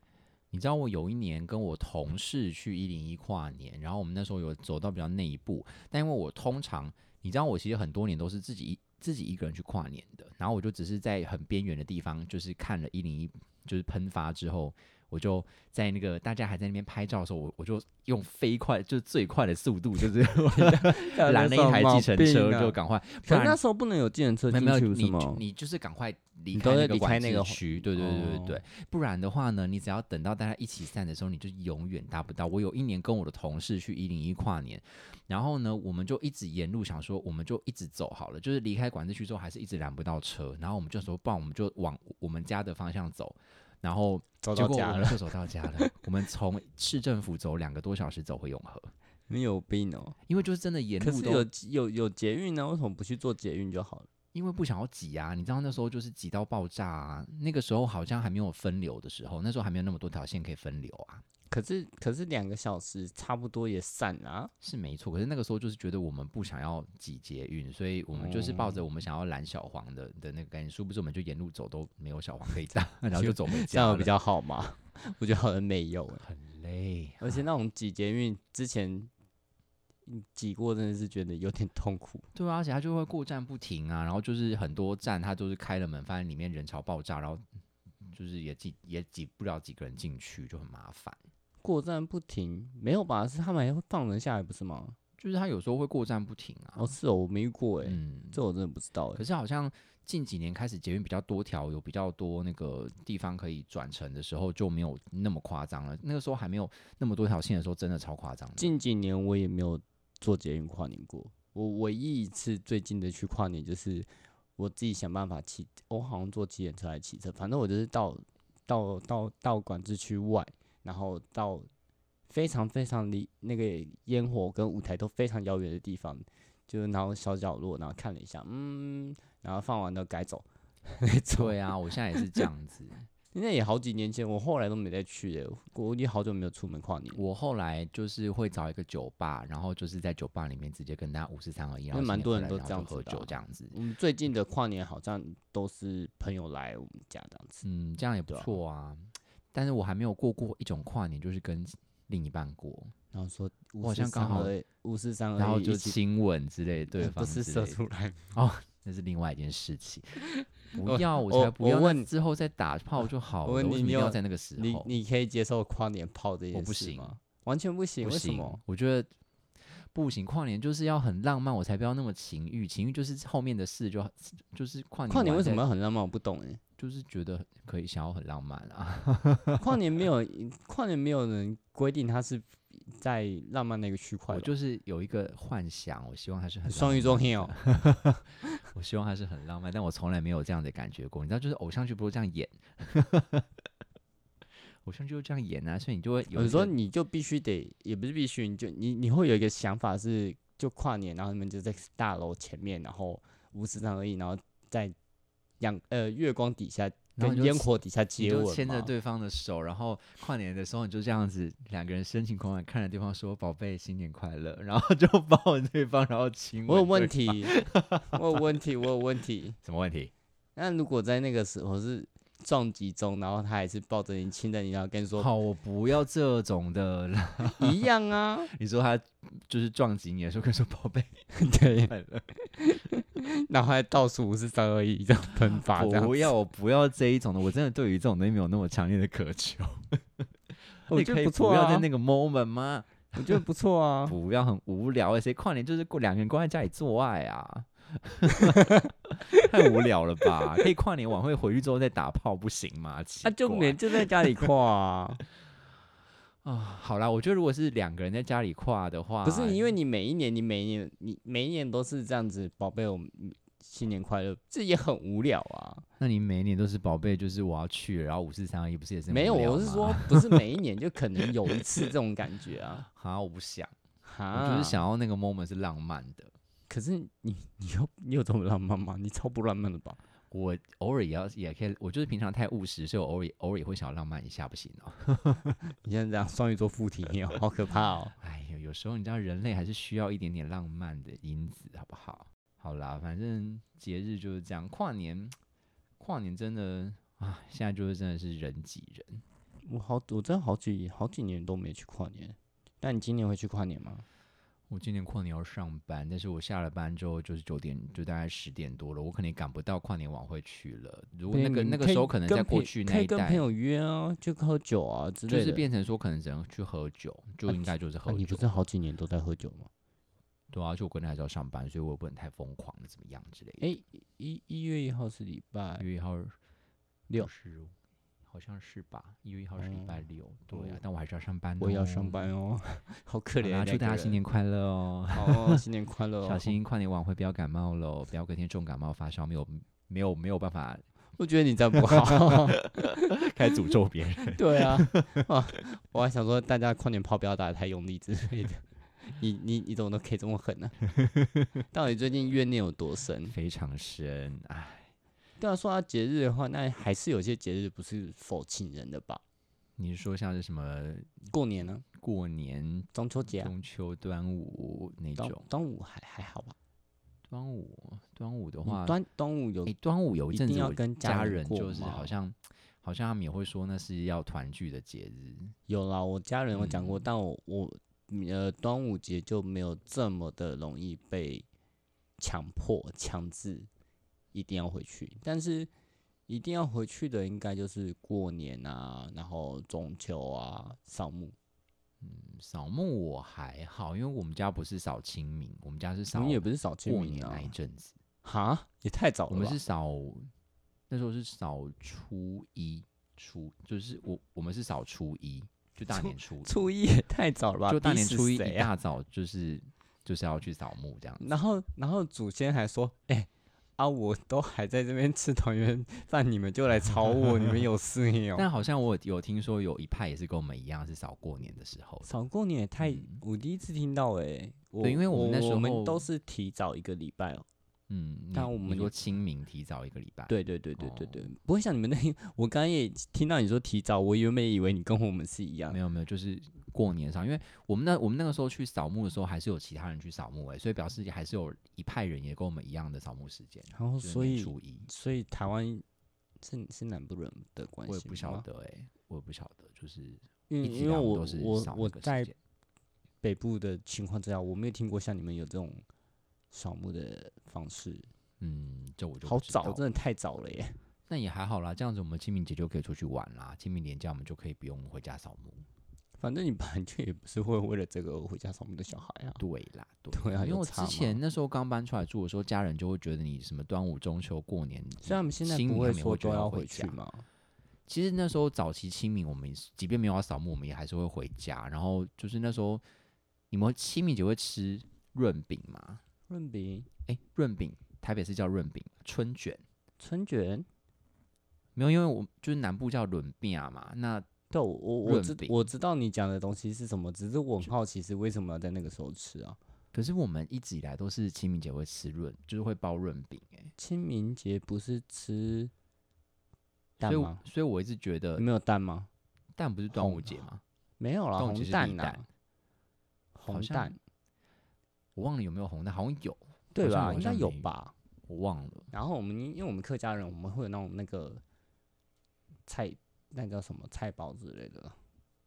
你知道我有一年跟我同事去一零一跨年，然后我们那时候有走到比较内部，但因为我通常，你知道我其实很多年都是自己一自己一个人去跨年的，然后我就只是在很边缘的地方，就是看了一零一就是喷发之后，我就在那个大家还在那边拍照的时候，我我就用飞快就是最快的速度，就是 拦了一台计程车就赶快，不可是然那时候不能有计程车没进有没有，去，是你吗就？你就是赶快离你开都那要个离管开那制个区，对对对哦对对，不然的话呢，你只要等到大家一起散的时候，你就永远搭不到。我有一年跟我的同事去一零一跨年，然后呢，我们就一直沿路想说，我们就一直走好了，就是离开管制区之后还是一直拦不到车，然后我们就说，不然我们就往我们家的方向走，然后走结到果我家 们了，就走到家了，我们从市政府走两个多小时走回永和，你有病哦、因为就是真的沿可路是都有有有捷运呢、为什么不去做捷运就好了？因为不想要挤啊，你知道那时候就是挤到爆炸啊。那个时候好像还没有分流的时候，那时候还没有那么多条线可以分流啊，可是可是两个小时差不多也散了、啊，是没错。可是那个时候就是觉得我们不想要挤捷运，所以我们就是抱哦着我们想要拦小黄的的那个概念，殊不知我们就沿路走都没有小黄可以 搭，然后就走回这家样了，有比较好 吗？我觉得好像没有、欸，很累。而且那种挤捷运之前挤过真的是觉得有点痛苦。对啊，而且它就会过站不停啊，然后就是很多站它都是开了门，发现里面人潮爆炸，然后就是也挤也挤不了几个人进去，就很麻烦。过站不停，没有吧？是他们还会放人下来，不是吗？就是它有时候会过站不停啊。哦，是哦，我没遇过哎、嗯，这我真的不知道哎、可是好像近几年开始捷运比较多条，有比较多那个地方可以转乘的时候，就没有那么夸张了。那个时候还没有那么多条线的时候，真的超夸 张的。近几年我也没有做捷运跨年过，我唯一一次最近的去跨年就是我自己想办法骑，我好像坐骑点车还是骑车，反正我就是到到到到管制区外，然后到非常非常离那个烟火跟舞台都非常遥远的地方，就是然后小角落，然后看了一下，嗯，然后放完了改走。对啊，我现在也是这样子。那也好几年前，我后来都没再去了，我已经好久没有出门跨年了，我后来就是会找一个酒吧，然后就是在酒吧里面直接跟大家五十三而已，然后那蛮新年多快人乐都然这后样就喝子的啊酒这样子。我们最近的跨年好像都是朋友来我们家这样子。嗯，这样也不对啊错啊。但是我还没有过过一种跨年，就是跟另一半过，然后说五我好四像刚三好而已，五四三而已，然后就呃一起亲吻之类的对 呃 方不是之射类的出来，那是另外一件事情。不我要，我我才不哦我要。那问之后再打炮就好了。我问为你什么你一定要有在那个时候？你你可以接受跨年泡这我件不事行啊吗？完全不行，不为什行哦么？，我觉得不行。跨年就是要很浪漫，我才不要那么情欲。情欲就是后面的事就，就是跨年。跨年为什么？要很浪漫？我不懂 哎、就是觉得可以想要很浪漫啊。跨年没有跨年没有人规定它是在浪漫那个区块我吧，就是有一个幻想，我希望它是很浪双鱼座漫的 hill， 我希望它是很浪漫，但我从来没有这样的感觉过。你知道，就是偶像剧不是这样演， 偶像剧就这样演啊，所以你就会有一有时候个哦你就必须得，也不是必须，你就你你会有一个想法是，就跨年，然后你们就在大楼前面，然后五十张而已，然后在阳呃月光底下然后跟你就烟火底下你接吻就嘛，牵着对方的手，然后跨年的时候你就这样子，两个人深情款款看着对方说“宝贝，新年快乐”，然后就抱着对方，然后亲吻。我有问，题，我有问题，我有问题。什么问题？那如果在那个时候是撞击中，然后他还是抱着你亲着你，然后跟你说好，我不要这种的啦。一样 啊，你说他就是撞击你的时候，跟你说“宝贝，对，快乐 然后还倒数五十三二一这 样喷”，发，啊这样不子要，我不要这一种的。我真的对于这种东西没有那么强烈的渴求。 我你觉可得以不错不要在啊，那个 moment 吗？我觉得不错 啊，不要很无聊、欸，谁跨年就是过两个人关在家里做爱 啊？太无聊了吧？可以跨年晚会回去之后再打炮，不行吗？啊就没就在家里跨啊。 啊、好啦，我觉得如果是两个人在家里跨的话，不是因为你每一年，你每一年，你每一年都是这样子，宝贝，我们新年快乐，这也很无聊啊。那你每一年都是宝贝，就是我要去了，然后五四三二一不是也是很没有，无聊我是吗 说，不是每一年就可能有一次这种感觉 啊。啊，我不想，哈，我就是，想要那个 moment 是浪漫的。可是你你又你有这么浪漫吗？你超不浪漫的吧？我偶尔也要也可以，我就是平常太务实，所以我偶尔偶尔也会想要浪漫一下，不行哦。你现在这样双鱼座附体，你好可怕哦。哎呦，有时候你知道人类还是需要一点点浪漫的因子，好不好？好啦，反正节日就是这样，跨年，跨年真的啊，现在就是真的是人挤人。我好，我真的好几好几年都没去跨年。那你今年会去跨年吗？我今年跨年要上班，但是我下了班之后就是九点，就大概十点多了，我可能也赶不到跨年晚会去了。如果那个你那个可以时候可能跟在过朋去可那以一跟代朋，友约啊，就喝酒啊之就类是的。变成说可能只能去喝酒，就啊应该就是啊喝你酒不。是好几年都在喝酒吗？对啊，就我跟他还是要上班，所以我也不能太疯狂怎么样之类的。哎、一一月一号是礼拜一月一号六是，好像是吧？一月一号是礼哦拜六，对啊哦，但我还是要上班，我也要上。班哦， 好可可怜、啊。祝大家 新年快乐哦！好、哦，新年快乐、哦！小！心跨年晚会不要感冒喽，不要隔天重感冒发烧，没有没有没有 办法 我觉得你这样不 好。开诅咒别人。对啊，啊，我还想说大家跨年炮不要打得太用力之类的。 你你你怎么都可以这么狠呢、 到底最近怨念有多深？ 非常深，哎，对啊，说到节日的话，那还是有些节日不是否请人的吧？你是说像是什么过年呢、过年、中秋节、啊、中秋、端午那端种？端午还还好吧？端午，端午的你话，端端午有诶端午有一一阵定子要我跟家人人过就是吗好像好像他们也会说那是要团聚的节日，有啦，我家人有讲过，嗯但我我呃端午节就没有这么的容易被强迫强制一定要回去，但是一定要回去的应该就是过年啊，然后中秋啊、扫墓，扫墓我还好，因为我们家不是扫清明，我们家是我扫们也不是扫清过明年啊那一，阵子，哈，也太早我了们吧是？扫那时候是扫初一初，就是我我们是扫初一，就大年初一，初一也太早了吧？就大逼年死初一谁一啊大早就是就是要去扫墓这样子。然后，然后祖先还说：“哎、啊，我都还在这边吃团圆饭，你们就来吵我，你们有事没 有但好像我有有听说有一派也是跟我们一样是扫过年的时候？”的，扫过年也太……嗯我第一次听到哎、我因为我我们那时我们候都是提早一个礼拜哦。嗯，你但我你们说也清明提早一个礼拜，，对对对对对哦对，不会像你们那……我刚刚也听到你说提早，我原本以为你跟我们是一样没。有没有，就是过年上，因为我们那我们那个时候去扫墓的时候，还是有其他人去扫墓哎、所以表示还是有一派人也跟我们一样的扫墓时间，然后就是哦所年以初一，所以台湾是是南部人的关系我吗，也不晓得哎、我也不晓得，就是因为一直以因为来我我们都是我扫那我个时在间北部的情况之下，我没有听过像你们有这种扫墓的方式，嗯，这我就好不知道早，真的太早了耶！那也还好啦，这样子我们清明节就可以出去玩啦，清明年假我们就可以不用回家扫墓。反正你本来就也不是会为了这个而回家扫墓的小孩啊。对啦，对对啊因为有我差之吗前那时候刚搬出来住的时候，家人就会觉得你什么端午、中秋、过年，虽然我们现在清不明他们也说觉都得要要回回去家嘛，其实那时候早期清明，我们即便没有要扫墓，我们也还是会回家。然后就是那时候，你们清明节会吃润饼吗？润饼、诶，润饼，台北是叫润饼，春卷春卷，没有，因为我就是南部叫轮饼啊嘛。那对我我我润知饼我知道你讲的东西是什么，只是我很好奇是为什么要在那个时候吃啊？可是我们一直以来都是清明节会吃润，就是会包润饼、诶。清明节不是吃所蛋以我吗？所以我一直觉得你们有蛋吗？蛋不是端午红节吗？没有啦，端午节红是立蛋蛋啊，红像蛋我忘了有没有红蛋，好像有，对好像吧？好应该像有没吧？我忘了。然后我们因因为我们客家人，我们会有那种那个菜，那叫什么菜包之类的，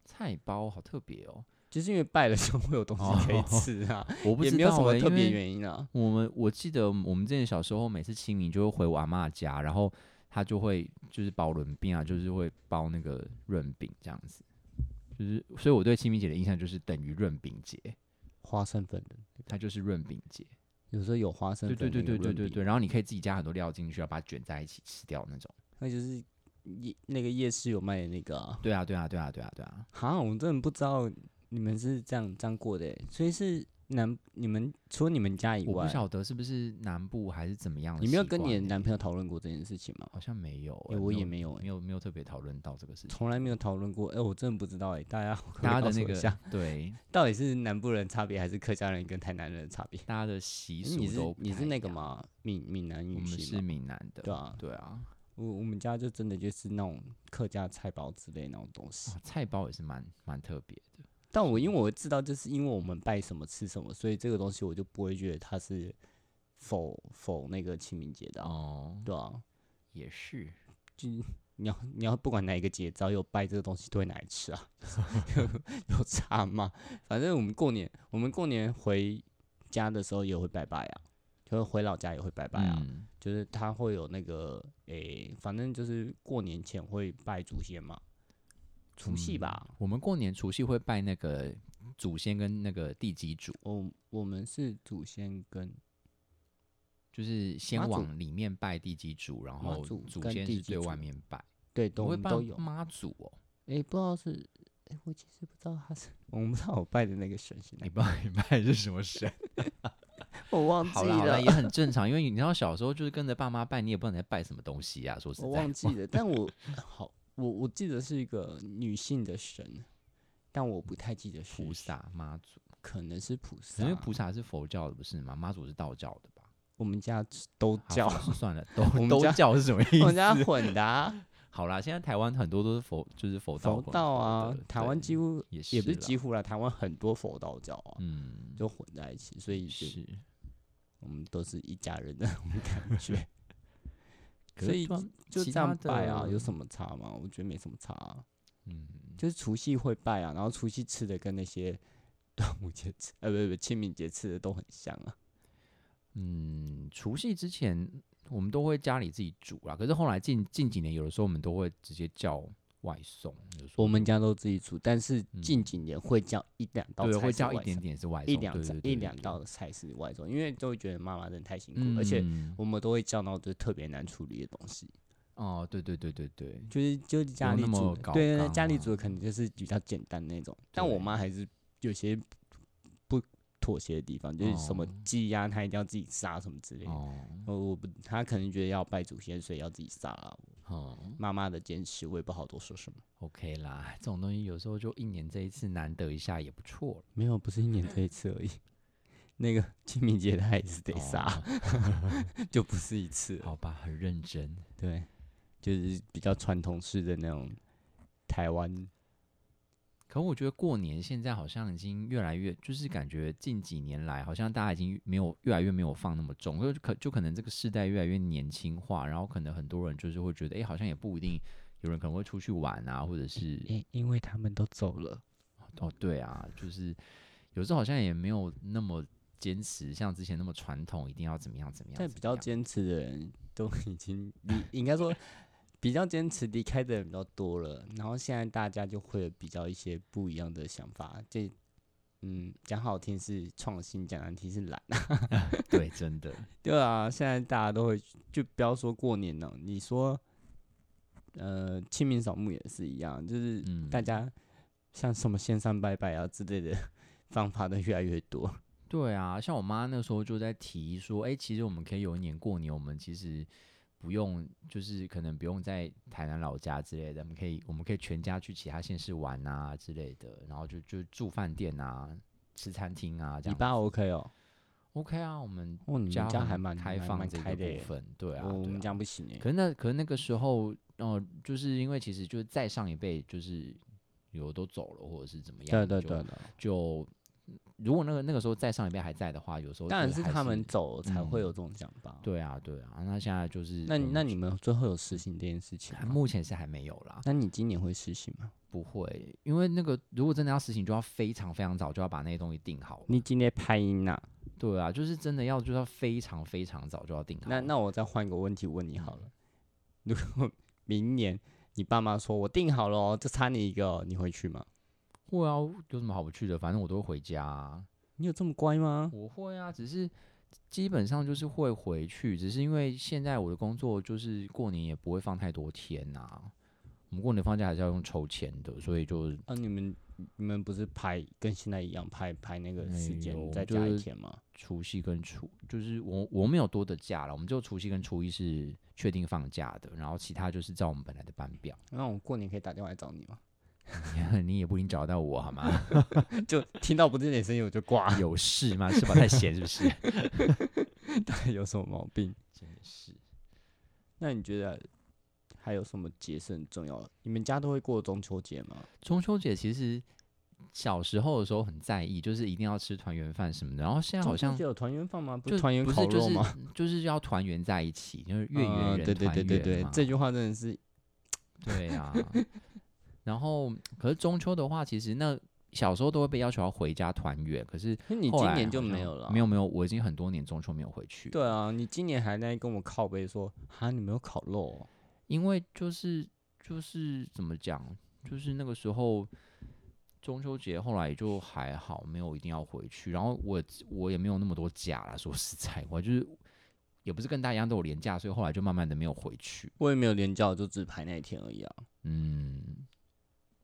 菜包好特 别哦，就是因为拜了就会有东西可以哦吃啊，我不也知没有道、什欸，么特别因为原因啊。我们我记得我们之前小时候每次清明就会回我阿嬷家，然后她就会就是包轮饼啊，就是会包那个润饼这样子。就是，所以我对清明节的印象就是等于润饼节，花生粉的，它就是润饼节。有时候有花生对粉，对对对对对对，，然后你可以自己加很多料进去，然后把它卷在一起吃掉那种。那就是夜那个夜市有卖的那个啊。对啊对啊对啊对啊对啊，哈，我真的不知道你们是这样这样过的欸，所以是男你们除了你们家以我不外，晓得是不是南部还是怎么样的你习惯欸。没有跟你的男朋友讨论过这件事情吗？好像没有欸、欸我也没有欸没有没有特别讨论到这个事 情。从来没有讨论过，哎、我真的不知道哎、大家 可不可以大家的告诉那我一下个对到底是南部人差别，还是客家人跟台南人的差别？大家的习因为俗 你是都不你太是一那个样？嘛，闽闽南我语们系是嘛，闽南的，对啊。对啊，我我们家就真的就是那种客家菜包之类那种东西哇，，菜包也是蛮蛮特别的。但我因为我知道，就是因为我们拜什么吃什么，所以这个东西我就不会觉得它是否否那个清明节的、啊，哦，对啊，也是，就你要你要不管哪一个节，只要有拜这个东西，都会拿来吃啊， 有有差吗？反正我们过年，我们过年回家的时候也会拜拜啊，就是回老家也会拜拜啊，嗯，就是他会有那个诶、反正就是过年前会拜祖先嘛，除夕吧，我们过年除夕会拜那个祖先跟那个地基主，我我们是祖先跟就是妈先祖往里面拜地基主，然妈后祖祖跟先地是基对外主面拜。对都你我会们拜都有，妈祖哦，诶、不知道是诶、我其实不知道他是，我们不知道我拜的那个神是哪你个，不知道你拜的是什么神？我忘记好啦好啦，也很正常，因为你知道小时候就是跟着爸妈拜，你也不知道你在拜什么东西啊。说实我在忘，记了，但我好，我我记得是一个女性的神，但我不太记得是菩谁，萨妈祖，可能是啊菩萨因为。菩萨是佛教的，不是吗？妈祖是道教的吧？我们家都好叫，算了 算了，我都们都家教是什么意我思？们家混的、啊、 好啦，现在台湾很多都是佛，就是佛道佛混道合啊的，台湾对几乎也是也不是啦几乎啦，台湾很多佛道教啊，嗯，。就混在一起，所以就是我们都是一家人的 那种感觉， 可所是以突然就其这样他拜啊，的有什么差吗？我觉得没什么差、啊，嗯，就是除夕会拜啊，然后除夕吃的跟那些 端午节吃，呃，不不，清明节吃的都很香啊。嗯，除夕之前我们都会家里自己煮啦，可是后来近近几年，有的时候我们都会直接叫外送，有时候我们家都自己煮，但是近嗯几年会叫一两道哦菜是外对送，会叫一点点是外送，一两对道对对一对两对道的菜是外送，因为都会觉得妈妈真的太辛苦，嗯，而且我们都会叫到就特别难处理的东西，哦，对对对对对，就是就是家用里那煮么的，搞对对对，纲家里嘛煮的可能就是比较简单那种，但我对妈还是有些不妥协的地方，就是什么哦鸡鸭她一定要自己杀什么之类的，哦，我呃我不，她可能觉得要拜祖先，所以要自己杀啊。嗯妈妈的坚持，我也不好多说什么。 ，OK 啦，这种东西有时候就一年这一次，难得一下也不错了。没有，不是一年这一次而已。那个清明节她也是得杀， 哦就不是一次了。好吧，很认真。对，就是比较传统式的那种台湾。可我觉得过年现在好像已经越来越，就是感觉近几年来好像大家已经没有越来越没有放那么重，就可就可能这个世代越来越年轻化，然后可能很多人就是会觉得，哎、好像也不一定，有人可能会出去玩啊，或者是因因为他们都走了，哦，对啊，就是有时候好像也没有那么坚持，像之前那么传统，一定要怎么样怎么样。但怎比么较样坚持的人都已经 离，应该说比较坚持离开的人比较多了。然后现在大家就会有比较一些不一样的想法。这嗯，讲好听是创新，讲难听是懒。对，真 的，对啊，现在大家都会，就不要说过年了，你说，呃，清明扫墓也是一样，就是嗯，大家像什么线上拜拜啊之类的方法都越来越多。对啊，像我妈那时候就在提说，哎、其实我们可以有一年过年，我们其实不用，就是可能不用在台南老家之类的，我们可以我们可以全家去其他县市玩啊之类的，然后就就住饭店啊，吃餐厅啊这你样爸子。 OK 哦， OK 啊，我们哦，你们家家很还蛮开蛮放蛮这开个的耶部，分，对啊，我我对们啊家不行哎可，是那可是那个时候，呃，就是因为其实就是再上一辈就是有的都走了，或者是怎么样，对对就对对，就如果那个那个时候再上一辈还在的话，有时候当然就是还他们走了才会嗯有这种想法。，对啊对啊，那现在就是那你嗯那你们最后有实行这件事情吗？目前是还没有啦，那你今年会实行吗？不会，因为那个如果真的要实行，就要非常非常早就要把那些东西定好了。你今天拍音呐？对啊，就是真的要就是要非常非常早就要定好那了。那我再换个问题问你好了，如果明年你爸妈说我定好了哦，就差你一个哦，你会去吗？会啊，有什么好不去的？反正我都会回家啊、你有这么乖吗？我会啊，只是基本上就是会回去，只是因为现在我的工作就是过年也不会放太多天呐、我们过年放假还是要用抽签的，所以就啊，你们你们不是排跟现在一样排排那个时没间有再就加一是天吗？除夕跟初，就是我我们有多的假了，我们就除夕跟初一是确定放假的，然后其他就是照我们本来的班表。那我过年可以打电话来找你吗？ 你 也不一定找得到我好吗？就听到不正经声音我就 挂，有事吗？吃饱太闲是不是？有什么毛病？ 真的是。那你觉得还有什么节是很重要的？你们家都会过中秋节吗？中秋节其实小时候的时候很在意，就是一定要吃团圆饭什么的，然后现在好中秋像节有团圆饭吗？不就是团圆不烤是就肉是吗？就是要团圆在一起，就是月嗯圆人对对团对对圆对嘛，，这句话真的是对啊。然后，可是中秋的话，其实那小时候都会被要求要回家团圆，可是可是你后今来年好就没像有了啊，没有没有，我已经很多年中秋没有回去。对，啊，你今年还在跟我靠背说，哈，你没有烤肉、哦，因为就是就是怎么讲，就是那个时候中秋节后来也就还好，没有一定要回去。然后我我也没有那么多假啦，说实在话，就是也不是跟大家一样都有年假，所以后来就慢慢的没有回去。我也没有连假，我就只排那一天而已啊。嗯，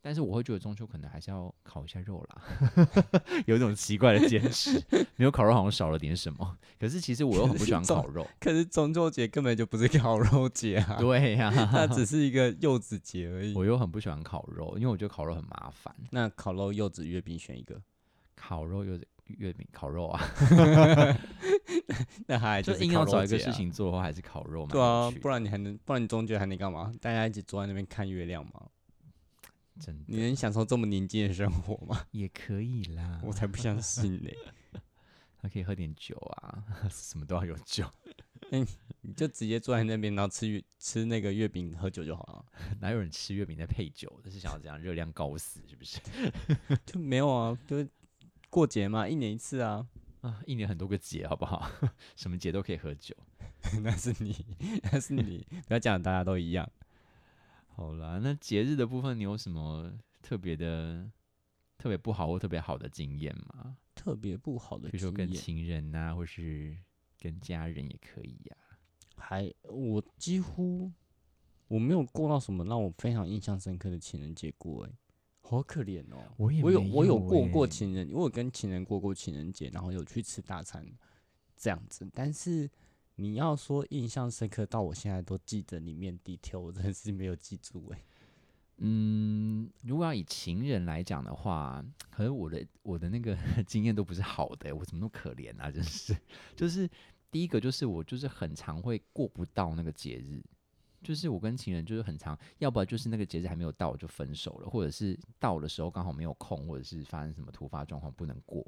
但是我会觉得中秋可能还是要烤一下肉啦， 有一种奇怪的坚持， 没有烤肉好像少了点什么。可是其实我又很不喜欢烤 肉，可是中秋节根本就不是烤肉节啊，对呀、它只是一个柚子节而已。我又很不喜欢烤肉，因为我觉得烤肉很麻烦。那烤肉、柚子、月饼选一个，烤肉又月饼烤肉啊，那还哎就就是硬要烤肉找一个节事啊。情做的话，还是烤肉嘛。对啊，不然你还能，不然你中秋还能干嘛？大家一起坐在那边看月亮吗？真你的能享受这么宁静的生活吗？ 也可以啦。我才不相信 呢、还可以喝点酒啊， 什么都要有酒， 你就直接坐在那边，然后吃月吃那个月饼喝酒就好了。 哪有人吃月饼再配酒？这是想要怎样热量高死是不是？就没有啊，就是过节嘛，一年一次啊。 啊，一年很多个节，好不好？ 什么节都可以喝酒。 那是你，那是你，不要讲大家都一样。好啦，那节日的部分，你有什么特别的、特别不好或特别好的经验吗？特别不好的比如说经跟验情人呐、或是跟家人也可以呀、还我几乎我没有过到什么让我非常印象深刻的情人节过、欸，好可怜哦、我也我有没我有有过过欸情人，我有跟情人过过情人节，然后有去吃大餐这样子。但是你要说印象深刻到我现在都记得里面 detail，我真的是没有记住哎、嗯，如果要以情人来讲的话，可是我的我的那个 经验都不是好的欸、我怎么那么可怜啊？真 是，就是第一个就是我就是很常会过不到那个节日，就是我跟情人就是很常，要不然就是那个节日还没有到我就分手了，或者是到的时候刚好没有空，或者是发生什么突发状况不能过。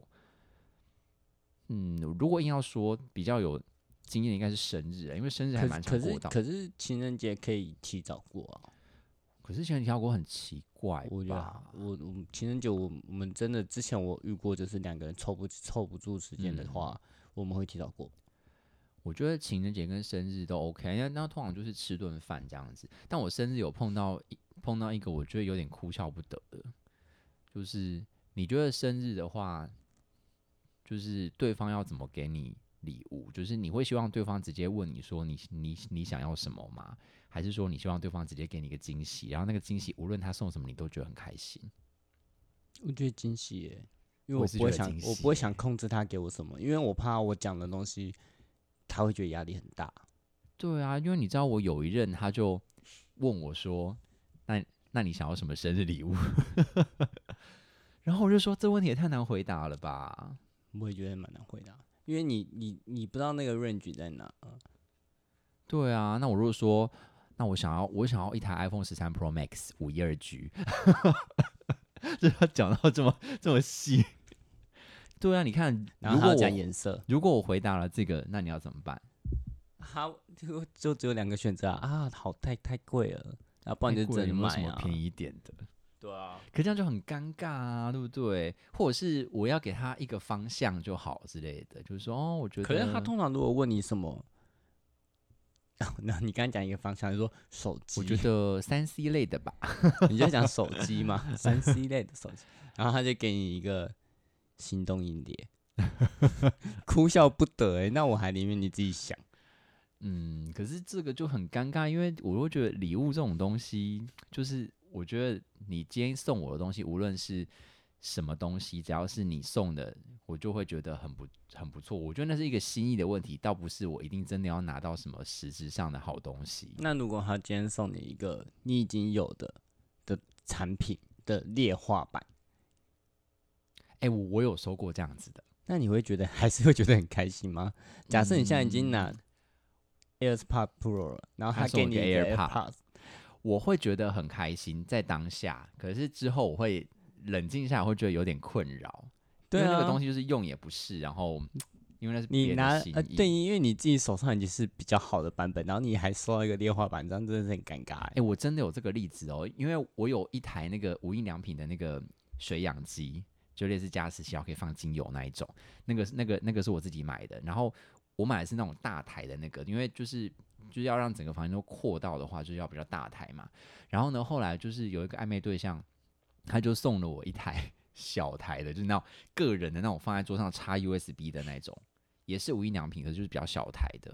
嗯，如果硬要说比较有经验，应该是生日欸，因为生日还蛮可是常可过是到的。可是情人节可以提早过啊，可是情人节过很奇怪我觉得吧？我我情人节我我们真的之前我遇过，就是两个人凑不凑不住时间的嗯话，我们会提早过。我觉得情人节跟生日都 OK，那那通常就是吃顿饭这样子。但我生日有碰到一碰到一个我觉得有点哭笑不得的，就是你觉得生日的话，就是对方要怎么给你礼物？就是你会希望对方直接问你说你你你想要什么吗？还是说你希望对方直接给你一个惊喜，然后那个惊喜无论他送什么你都觉得很开心？我觉得惊喜耶，因为我我也是不会觉得想惊，我喜不会耶想控制他给我什么，因为我怕我讲的东西他会觉得压力很大。对啊，因为你知道我有一任他就问我说：“那那你想要什么生日礼物？” 然后我就说：“这问题也太难回答了吧我也觉得蛮难回答，因为你你你不知道那个 range 在哪。？”对啊，那我如果说，那我想要我想要一台 iPhone 十三 Pro Max 五一二 G，这要讲到这么这么细。对啊，你看，然后如还果要讲我颜色，如果我回答了这个，那你要怎么办？ 他就就只有两个选择啊，啊好太太贵了，啊，不不然就只哎有能没有买什么啊。便宜一点的？对啊，可这样就很尴尬啊，对不对？或者是我要给他一个方向就好之类的，就是说，哦，我觉得，可是他通常如果问你什么， 那你刚才讲一个方向，就说手机，我觉得三 C 类的吧，你就讲手机嘛，三 C 类的手机，然后他就给你一个行动硬碟， 哭笑不得哎、那我还宁愿你自己想，嗯，可是这个就很尴尬，因为我会觉得礼物这种东西，就是我觉得你今天送我的东西，无论是什么东西，只要是你送的，我就会觉得很不很不错。我觉得那是一个心意的问题，倒不是我一定真的要拿到什么实质上的好东西。那如果他今天送你一个你已经有的的产品的劣化版，哎、我我有收过这样子的。那你会觉得 还是会觉得很开心吗？假设你现在已经拿 AirPod Pro 了，然后他嗯他送给你你个一个 AirPod AirPod，我会觉得很开心在当下，可是之后我会冷静下来，会觉得有点困扰。对因为那啊，个东西就是用也不是，然后因为那是你别拿的心呃意对，因为你自己手上已经是比较好的版本，然后你还收到一个劣化版，这样真的是很尴尬、哎、欸。我真的有这个例子哦，因为我有一台那个无印良品的那个水养机，就类似加湿器，然后可以放精油那一种。那个、那个、那个是我自己买的，然后我买的是那种大台的那个，因为就是就是要让整个房间都扩到的话，就是要比较大台嘛。然后呢，后来就是有一个暧昧对象，他就送了我一台 小台的，就是那种个人的那种放在桌上插 USB 的那种，也是无印良品，可是就是比较小台的。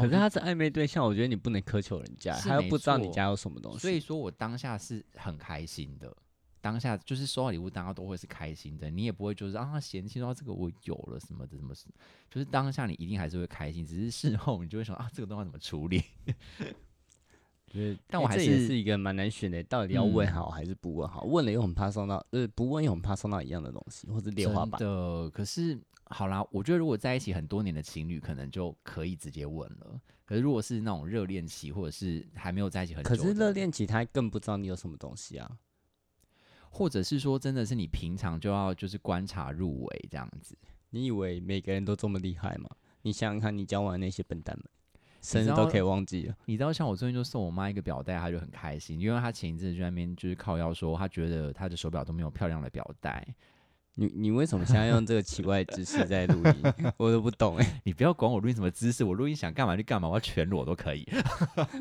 可后我是就他是暧昧对象，我觉得你不能苛求人家，是他又没不知道你错家有什么东西。所以说我当下是很开心的，当下就是收到礼物，大家都会是开心的，你也不会就是啊嫌弃到这个我有了什么的什么事，就是当下你一定还是会开心，只是事后你就会想啊这个东西要怎么 处理。就是但欸我还这也是是一个蛮难选的，到底要问嗯好还是不问好？问了又很怕送到，呃，不问又很怕送到一样的东西，或者劣化版。真的，可是好啦，我觉得如果在一起很多年的情侣，可能就可以直接问了。可是如果是那种热恋期，或者是还没有在一起很久，可是热恋期他更不知道你有什么东西啊。或者是说真的是你平常就要就是观察入围这样子。你以为每个人都这么厉害吗？你想想看，你交往的那些笨蛋们，生日知道都可以忘记了。你知道，像我最近就送我妈一个表带，她就很开心，因为她前一阵子就在那边就是靠腰说，她觉得她的手表都没有漂亮的表带，你你为什么现在用这个奇怪的姿势在录音？ 我都不懂哎、你不要管我录音什么姿势，我录音想干嘛就干嘛，我要全裸都 可以。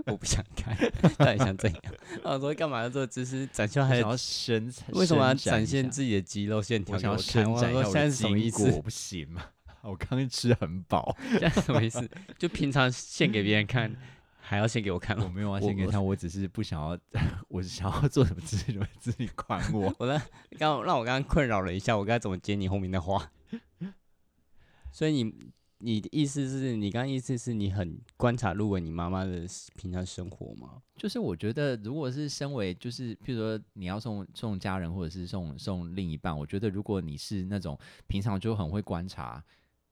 我不想看， 到底想怎 样？我说干嘛要做姿势展现我还想要伸，哎 为什么要伸展展一现下自己的肌肉线条我给想我看？要伸我展一说现下我的在是什么筋意骨，思我？不行吗？ 我刚刚吃很 饱，现在是 什么意思？就平常献给别人 看，还要献给我看我哦。没有要我献给我。他，我只是不想要， 我想要做什么姿势，你们自己管我 我让刚让我刚刚困扰了一下，我该怎么接你后面的话？ 所以你你的意思是你刚刚意思是你很观察入围你妈妈的平常生活吗？就是我觉得，如果是身为，就是譬如说你要送送家人，或者是送送另一半，我觉得如果你是那种平常就很会观察，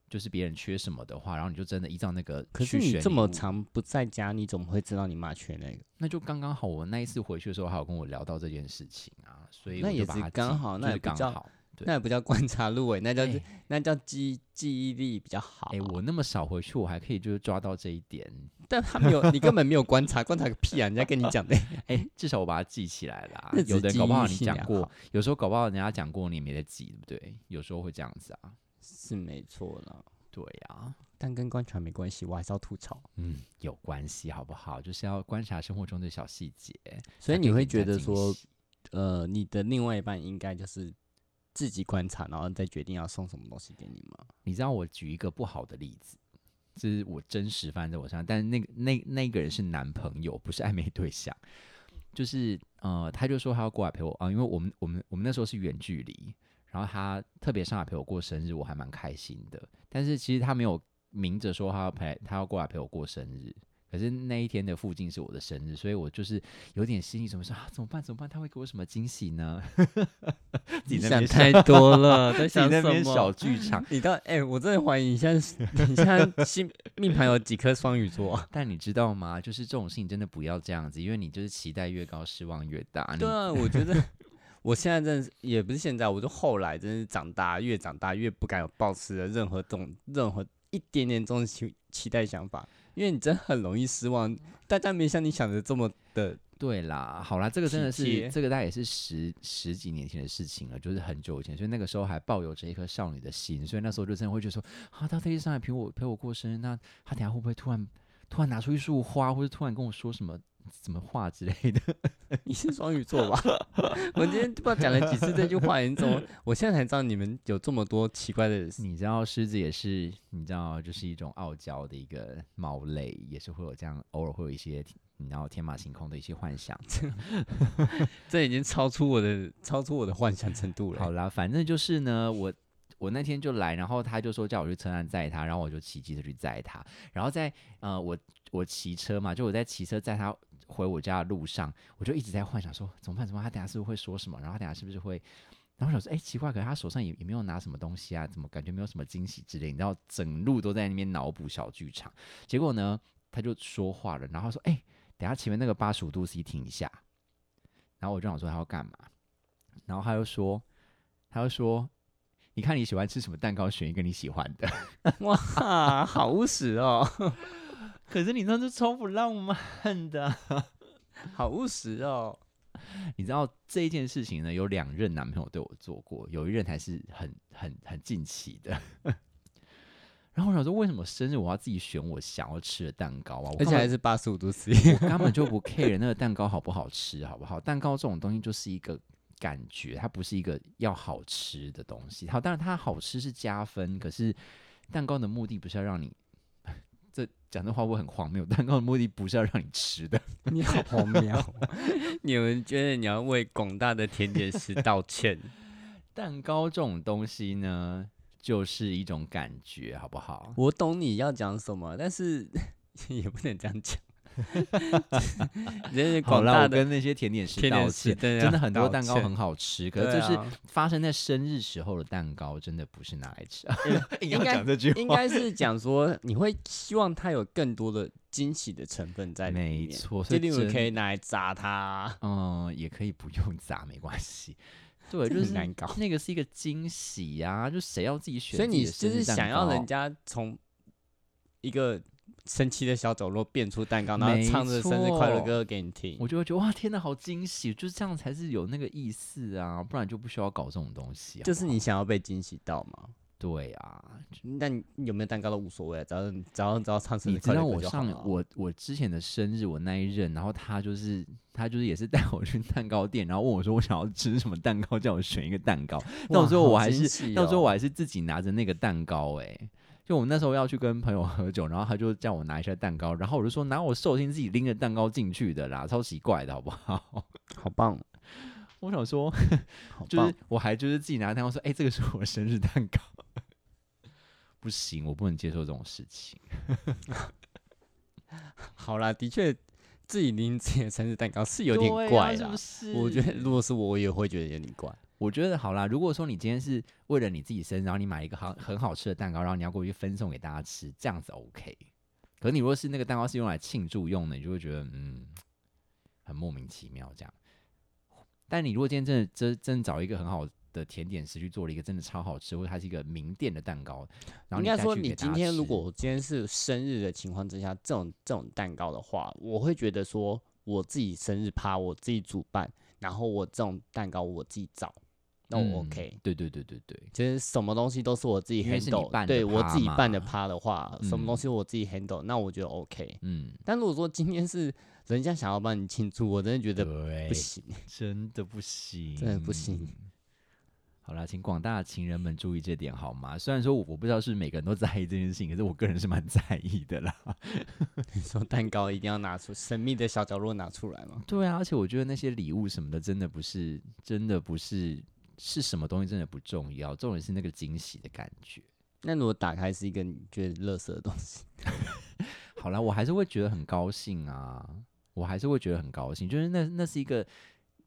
就是别人缺什么的话，然后你就真的依照那个可是去选你这礼么物长不在家，你怎么会知道你妈缺那个？那就刚刚好，我那一次回去的时候，还有跟我聊到这件事情啊，所以那我就也把是它记刚好就那是也不刚叫好。对那也不叫观察入围，那叫、哎那叫记记忆力比较好。哎、我那么少回去，我还可以就是抓到这一点，但他没有，你根本没有观察，观察个屁啊！人家跟你讲的， 哎、至少我把它记起来了、啊那。有只的人记搞不好忆你性讲良过好，有时候搞不好人家讲过你也没得记，对不对？有时候会这样子啊。是没错啦。对啊，但跟观察没关系，我还是要吐槽。嗯，有关系好不好？就是要观察生活中的小细节，所以才你可会给觉人家得惊说，喜呃，你的另外一半应该就是自己观察，然后再决定要送什么东西给你吗？你知道我举一个不好的例子，这是我真实发生在我身上，但是那个那那个人是男朋友，不是暧昧对象。就是呃，他就说他要过来陪我啊、因为我们我们我们那时候是远距离，然后他特别上来陪我过生日，我还蛮开心的。但是其实他没有明着说他要陪他要过来陪我过生日，可是那一天的附近是我的生日，所以我就是有点心里怎么说啊，怎么办怎么办？他会给我什么惊喜呢？ 自己你在那想边太多了，在 自己想在什那边小么？剧场，你到哎、我真的怀疑你现在是你现在星命盘有几颗双鱼座、啊？但你知道吗？就是这种事情真的不要这样子，因为你就是期待越高，失望越大。你 对啊，我觉得我现在真的是也不是现在，我就后来真是长大，越长大越不敢有抱持的任何种任何一点点这种期期待想法，因为你真的很容易失望。大家没像你想的这么的 对啦，好啦，这个真的体是贴这个大概也是十十几年前的事情了，就是很久以前，所以那个时候还抱有着一颗少女的心，所以那时候就真的会觉得说，啊，他特意上来陪我陪我过生日，那他等下会不会突然突然拿出一束花，或者突然跟我说什么什么话之类的？ 你是双鱼座吧？ 我今天不知道讲了几次这句话，你怎么？我现在才知道你们有这么多奇怪的你知道狮子也是，你知道就是一种傲娇的一个猫类，也是会有这样偶尔会有一些你知道天马行空的一些幻想。这已经超出我的超出我的幻想程度好了。啦，反正就是呢，我我那天就来，然后他就说叫我去车站载他，然后我就骑机车去载他，然后在呃我我骑车嘛，就我在骑车载他回我家的路上，我就一直在幻想说怎么办怎么办，他等下是不是会说什么，然后他等下是不是会。然后我想说，哎、奇怪，可是他手上也也没有拿什么东西啊，怎么感觉没有什么惊喜之类？你知道，整路都在那边脑补小剧场。结果呢，他就说话了，然后说，哎、等下前面那个八十五度 C 停一下。然后我就想说他要干嘛，然后他又说，他就说：“你看你喜欢吃什么蛋糕，选一个你喜欢的。 哇，好务实哦，” 可是你那是超不浪漫的。好务实哦。 你知道这一件事情呢，有两任男朋友对我做过，有一任还是很很很近期的。 然后我想说，为什么生日我要自己选我想要吃的蛋糕啊？我而且干嘛还是八十五度 C，我根本就不 care 那个蛋糕好不好吃，好不好？蛋糕这种东西就是一个感觉，它不是一个要好吃的东西。好，当然它好吃是加分，可是蛋糕的目的不是要让你。这讲这话会很荒谬，蛋糕的目的不是要让你吃的， 你好荒谬哦。你们觉得你要为广大的甜点师道 歉？蛋糕这种东西呢，就是一种感觉，好不好？我懂你要讲什么，但是也不能这样 讲。人家好广啦，大我的跟那些甜点师甜道点师歉，真的真的要很多道蛋糕歉很好吃，可是对就是啊发生在生日时候的蛋糕，真的不是拿来吃。 硬应该这句 应该是讲说你会希望它有更多的惊喜的成分在里面，没错，就所以例如真可以拿来啊炸它，嗯，也可以不用砸，没关系。 对，这就很是难搞那个是一个惊喜啊呀、就谁要自己选所以你自己的生就日蛋是糕？想要人家从一个生气的小角落变出蛋糕，然没后唱着生日快乐错歌给你听。我就会觉得哇，天哪，好惊喜！就是这样才是有那个意思啊，不然就不需要搞这种东西啊。就是你想要被惊喜到嘛？对啊，那你有没有蛋糕都无所谓，只要只要只要唱生你日知快乐道歌我就好上了。我我之前的生日，我那一任，然后他就是他就是也是带我去 蛋糕店，然后问我说我想要吃什么蛋糕，叫我选一个蛋糕。到哇最后我好还惊是、喜到最后我哦还是自己拿着那个蛋糕哎、就我们那时候要去跟朋友喝酒，然后他就叫我拿一下蛋糕，然后我就说拿我寿星自己拎着蛋糕进去的啦，超奇怪的好不好？ 好棒，我想说，好棒，就是我还就是自己拿蛋糕说，哎、这个是我生日蛋糕， 不行，我不能接受这种事情。好啦，的确自己拎自己的生日蛋糕是有点对啊怪是啦不。是？我觉得如果是我，我也会觉得有点怪。我觉得好啦，如果说你今天是为了你自己生日，然后你买一个好很好吃的蛋糕，然后你要过去分送给大家吃，这样子 OK。可是你如果是那个蛋糕是用来庆祝用的，你就会觉得嗯，很莫名其妙这样。但你如果今天真的真真找一个很好的甜点师去做了一个真的超好吃，或者它是一个名店的蛋糕，然应后你该再说，去你给大今家天如吃果今天是生日的情况之下，这种这种蛋糕的话，我会觉得说，我自己生日趴，我自己主办，然后我这种蛋糕我自己找，那我嗯 OK。对对对对对，其实什么东西都是我自己因为是你 handle，办的对我趴自己办的嘛趴的话，什么嗯东西我自己 handle，那我觉得 OK。嗯，但如果说今天是人家想要帮你庆祝，我真的觉得对不，行。 真的不行，真的不行。好啦，请广大的情人们注意这点好吗？虽然说我我不知道是每个人都在意这件事情，可是我个人是蛮 在意的啦。你说蛋糕一定要拿出神秘的小角落拿出来吗？对啊，而且我觉得那些礼物什么的，真的不是，真的不是是什么东西，真的不重要，重点是那个惊喜的感觉。那如果打开是一个你觉得垃圾的东西， 好啦，我还是会觉得很高兴啊，我还是会觉得很高兴，就是那那是一个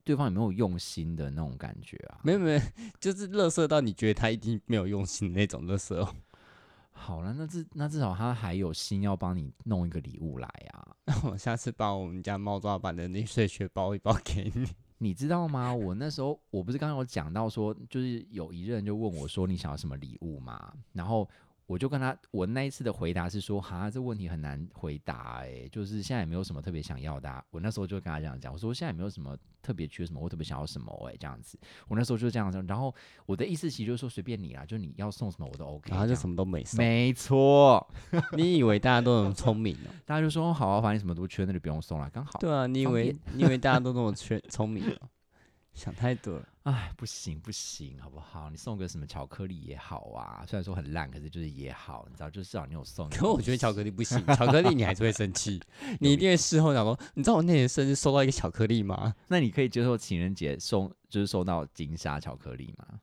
对方有没有用心的那种感觉啊。没有没有，就是垃圾到你觉得他一定没有用心的那种垃圾哦。 好了，那至那至少他还有心要帮你弄一个礼物来啊，那我下次把我们家猫抓板的那碎屑包一包给你。你知道吗？我那时候我不是刚刚有讲到说，就是有一任就问我说你想要什么礼物嘛，然后我就跟他，我那一次的回答是说，哈，这问题很难回答、欸，就是现在也没有什么特别想要的啊、我那时候就跟他这样讲，我说现在也没有什么特别缺什么，我特别想要什么、欸，这样子，我那时候就这样子，然后我的意思其实就是说随便你啦，就你要送什么我都 OK，然后就这样什么都没送。没错， 你以为大家都很聪明哦？大家就说哦好啊，反正你什么都缺，那就不用送了，刚好。对啊，你以方为便你以为大家都那么缺 聪明哦？想太多了。哎，不行不行，好不好？你送个什么巧克力也好啊，虽然说很烂，可是就是也好，你知道，就是至少你有送。 可我觉得巧克力不行，巧克力你还是会生气， 你一定会事后想说，你知道我那年生日收到一个巧克力吗？ 那你可以接受情人节送，就是收到金沙巧克力吗？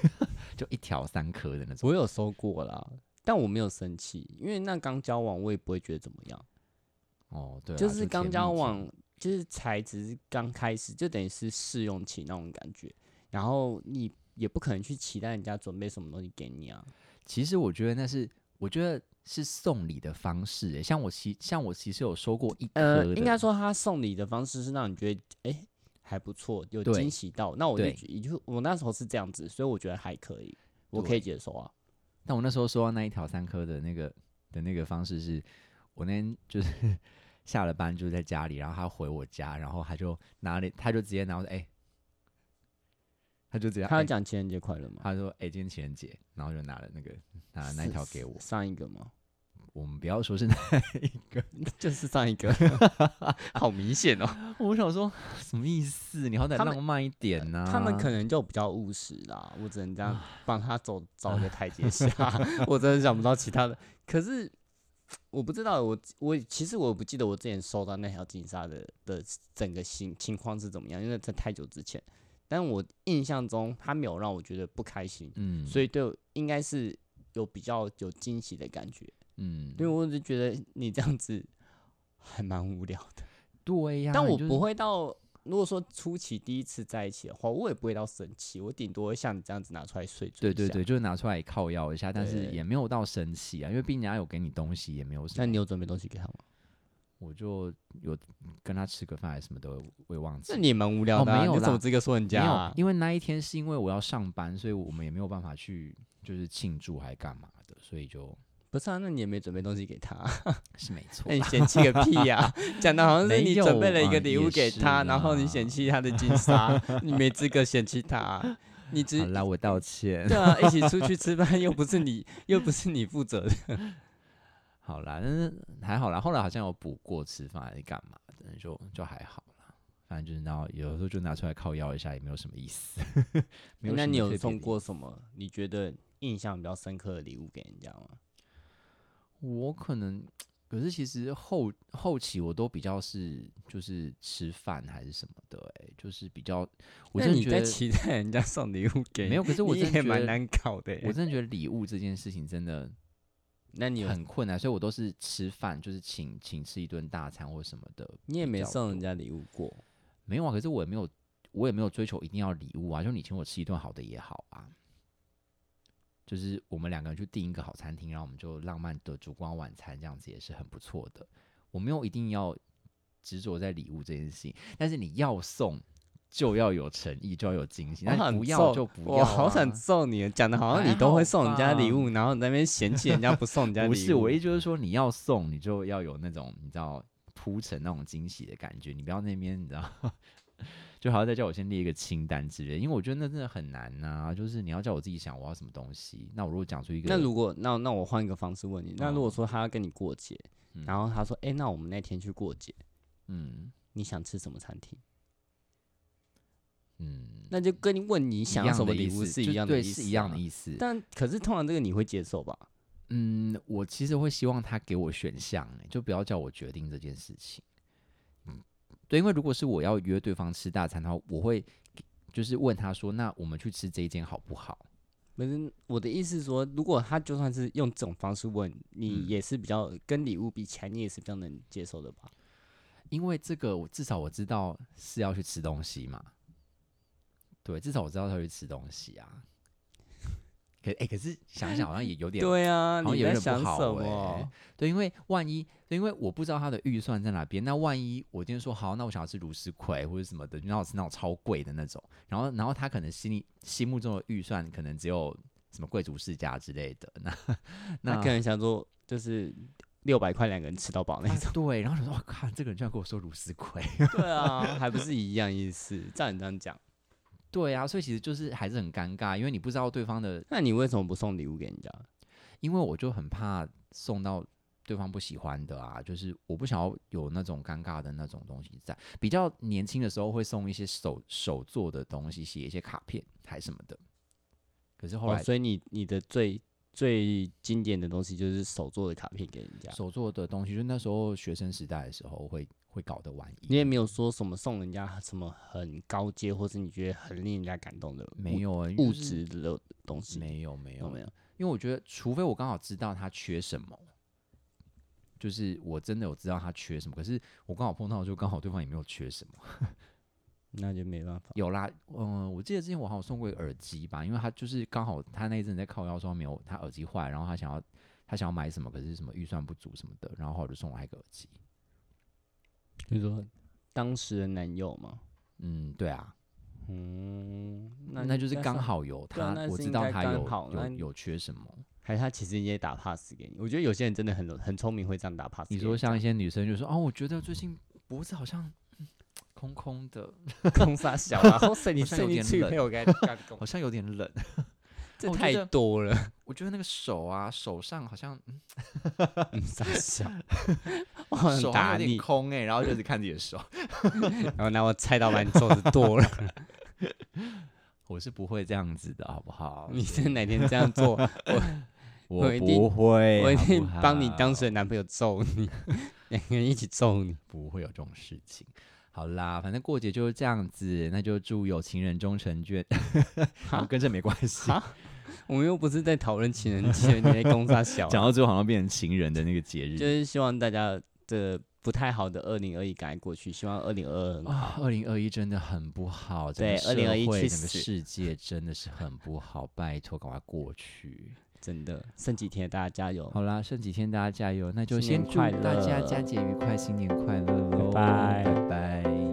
就一条三颗的那种。我有收过啦，但我没有生气，因为那刚交往，我也不会觉得怎么样。哦，对啊，就是刚甜蜜交期往，就是才只是刚开始，就等于是试用期那种感觉。然后你也不可能去期待人家准备什么东西给你啊。其实我觉得那是，我觉得是送礼的方式欸。像我其像我其实有收过一颗的，呃，应该说他送礼的方式是让你觉得，哎、还不错，有对惊喜到。那我就对觉也就我那时候是这样子，所以我觉得还可以，我可以接受啊。但我那时候收到那一条三颗的那个的那个方式是，我那天就是 下了班就在家里，然后他回我家，然后他就拿了，他就直接拿我说，哎、他就直接他有哎讲情人节快乐吗？他说，哎、今天情人节，然后就拿了那个拿啊了那一条给我。上一个吗？ 我们不要说是哪一个，就是上一 个，好明显哦。我想说 什么意思？你好歹他们浪漫一点呐、他们可能就比较务实啦，我只能这样啊帮他走找一个台阶下。 我真的想不到其他的，可是我不知道，我我其实我不记得我之前收到那条金沙的的整个情情况是怎么样，因为在太久之前。但我印象中他没有让我觉得不开心，嗯，所以以对我应该是有比较有惊喜的感觉，嗯，因为我就觉得你这样子还蛮无聊的。对呀、但我就是不会到，如果说初期第一次在一起的话，我也不会到生气，我顶多会像你这样子拿出来碎嘴对一对下对，。就是拿出来靠腰一下，但是对也没有到生气啊，因为毕竟人家有给你东西，也没有什么。那你有准备东西给他吗？我就有跟他吃个饭，还是什么都会我也忘记那。你也蛮无聊的、啊哦没有你怎么啦资格说人没家、有啊，？因为那一天 是因为我要上班，所以我们也没有办法去就是庆祝还干嘛的，所以就不是啊，那你也没准备东西给他 啊，是没错那。你嫌弃个屁呀、 讲的好像是没你有准备了一啊个礼也物给是他，然后你嫌啦弃他的金沙，你没资格嫌弃他啊，你只好啦，我道歉。 对啊，一起出去吃饭又不是你，又不是你负责的。好啦，但是还好啦。后来好像有补过吃饭还是干嘛的，就就还好啦。反正就是然后有的时候就拿出来靠腰一下，也没有什么意思。 没有那什么你特有别送的过什么你觉得印象比较深刻的礼物给人家吗？我可能，可是其实后后期我都比较是就是吃饭还是什么的、欸，就是比较，我那真的你觉在得期待人家送礼物给你，没有。可是我你真的也觉蛮得，难搞的欸。我真的觉得礼物这件事情真的那你有很困难，所以我都是吃饭，就是请请吃一顿大餐或什么的。你也比没较送人多家礼物过，没有啊，可是我也没有，我也没有追求一定要礼物啊，就你请我吃一顿好的也好啊。就是我们两个人去订一个好餐厅，然后我们就浪漫的烛光晚餐，这样子也是很不错的。我没有一定要执着在礼物这件事情，但是你要送就要有诚意，就要有惊喜，我那好你不想要揍 就不要、啊。我好想揍你，讲的好像你还都会好送人家礼吧物，然后你在那边嫌弃人家不送人家礼物。不是，我意思就是说，你要送，你就要有那种你知道铺陈那种惊喜的感觉，你不要那边你知道， 就好像再叫我先列一个清单之类，因为我觉得那真的很难呐、就是你要叫我自己想我要什么东西，那我如果讲出一个，那如果那那我换一个方式问你，那如果说他要跟你过节，嗯然后他说，哎、那我们那天去过节，嗯你想吃什么餐厅？嗯，那就跟你问你想要一样什么的意礼物思是就一样的对，意思、啊是一样的。意思。但可是通常这个你会接受吧？嗯，我其实会希望他给我选项、欸，就不要叫我决定这件事情。嗯，对，因为如果是我要约对方吃大餐的话，我会就是问他说，那我们去吃这一间好不好？不是我的意思是说，如果他就算是用这种方式问你，嗯也是比较、跟礼物比起来，你也是比较能接受的吧？因为这个我至少我知道是要去吃东西嘛，对，至少我知道他去吃东西啊。可哎、可是想想好像也有点对啊，好像你有在点不想什好么？欸对，因为万一，对因为我不知道他的预算在哪边。那万一我今天说好，那我想要吃卢氏葵或者什么的，然后吃那种超贵的那种，然后然后他可能心里心目中的预算可能只有什么贵族世家之类的，那 那那可能想说，就是六百块两个人吃到饱那啊 种。对，然后想说，哇靠，这个人居然跟我说卢氏葵，对啊，还不是一样意思？照你这样讲，对啊，所以其实就是还是很尴尬，因为你不知道对方的，那你为什么不送礼物给人家？因为我就很怕送到对方不喜欢的啊，就是我不想要有那种尴尬的那种东西在。比较年轻的时候会送一些手手做的东西，写一些卡片还什么的，可是后哦，来所以你你的最最经典的东西就是手做的卡片给人家，手做的东西，就那时候学生时代的时候会会搞得玩你意，也没有说什么送人家什么很高阶，或是你觉得很令人家感动的物没有啊，就物是质的东西，没有没有有哦没有？因为我觉得，除非我刚好知道他缺什么，就是我真的有知道他缺什么，可是我刚好碰到，就刚好对方也没有缺什么。那就没办法。有啦，嗯、我记得之前我好像送过一个耳机吧，因为他就是刚好他那一阵在靠腰说没有他耳机坏，然后他想要他想要买什么，可是什么预算不足什么的，然后后来我就送了他一个耳机。你说当时的男友嘛，嗯，对啊，嗯，那那那就是刚算，好有对啊他，那我是知应道该他刚有好那有你有缺什么。还是他其实也打 pass 给你。我觉得有些人真的很很聪明，会这样打 pass 给你人家。说像一些女生就说哦，我觉得最近脖子好像 嗯空空的，空傻小 啊，哇塞，你好像有生你点去冷陪我该干 工好，像有点冷。这我觉太得多 了，我觉得那个手啊，手上 好像嗯嗯傻小， 我好想手好打像有你点。空哎、然 后就一直看自己的手。然 后拿我菜刀把你揍的剁了。我是不会这样子的，好不 好？你是哪天这样 做，我我一定不会，我一哎好定不好帮你当时的男朋友揍你，两个人一起揍你。不会有这种事情。好啦，反正过节就是这样子，那就祝有情人终成 眷，好跟这没关系。哈我们又不是在讨论情人节，你在攻杀小啊， 讲到最后好像变成情人的那个节就日是希望大家的不太好的二零二一赶快过去，希望二零二二。啊！二零二一真的很不好，整对个社2021会去整个死世界真的是很不好，拜托赶快过去。真的剩几天，大家加油，好啦，剩几天大家加油，那就新年先祝快大家乐佳节愉快，新年快乐喽，拜拜拜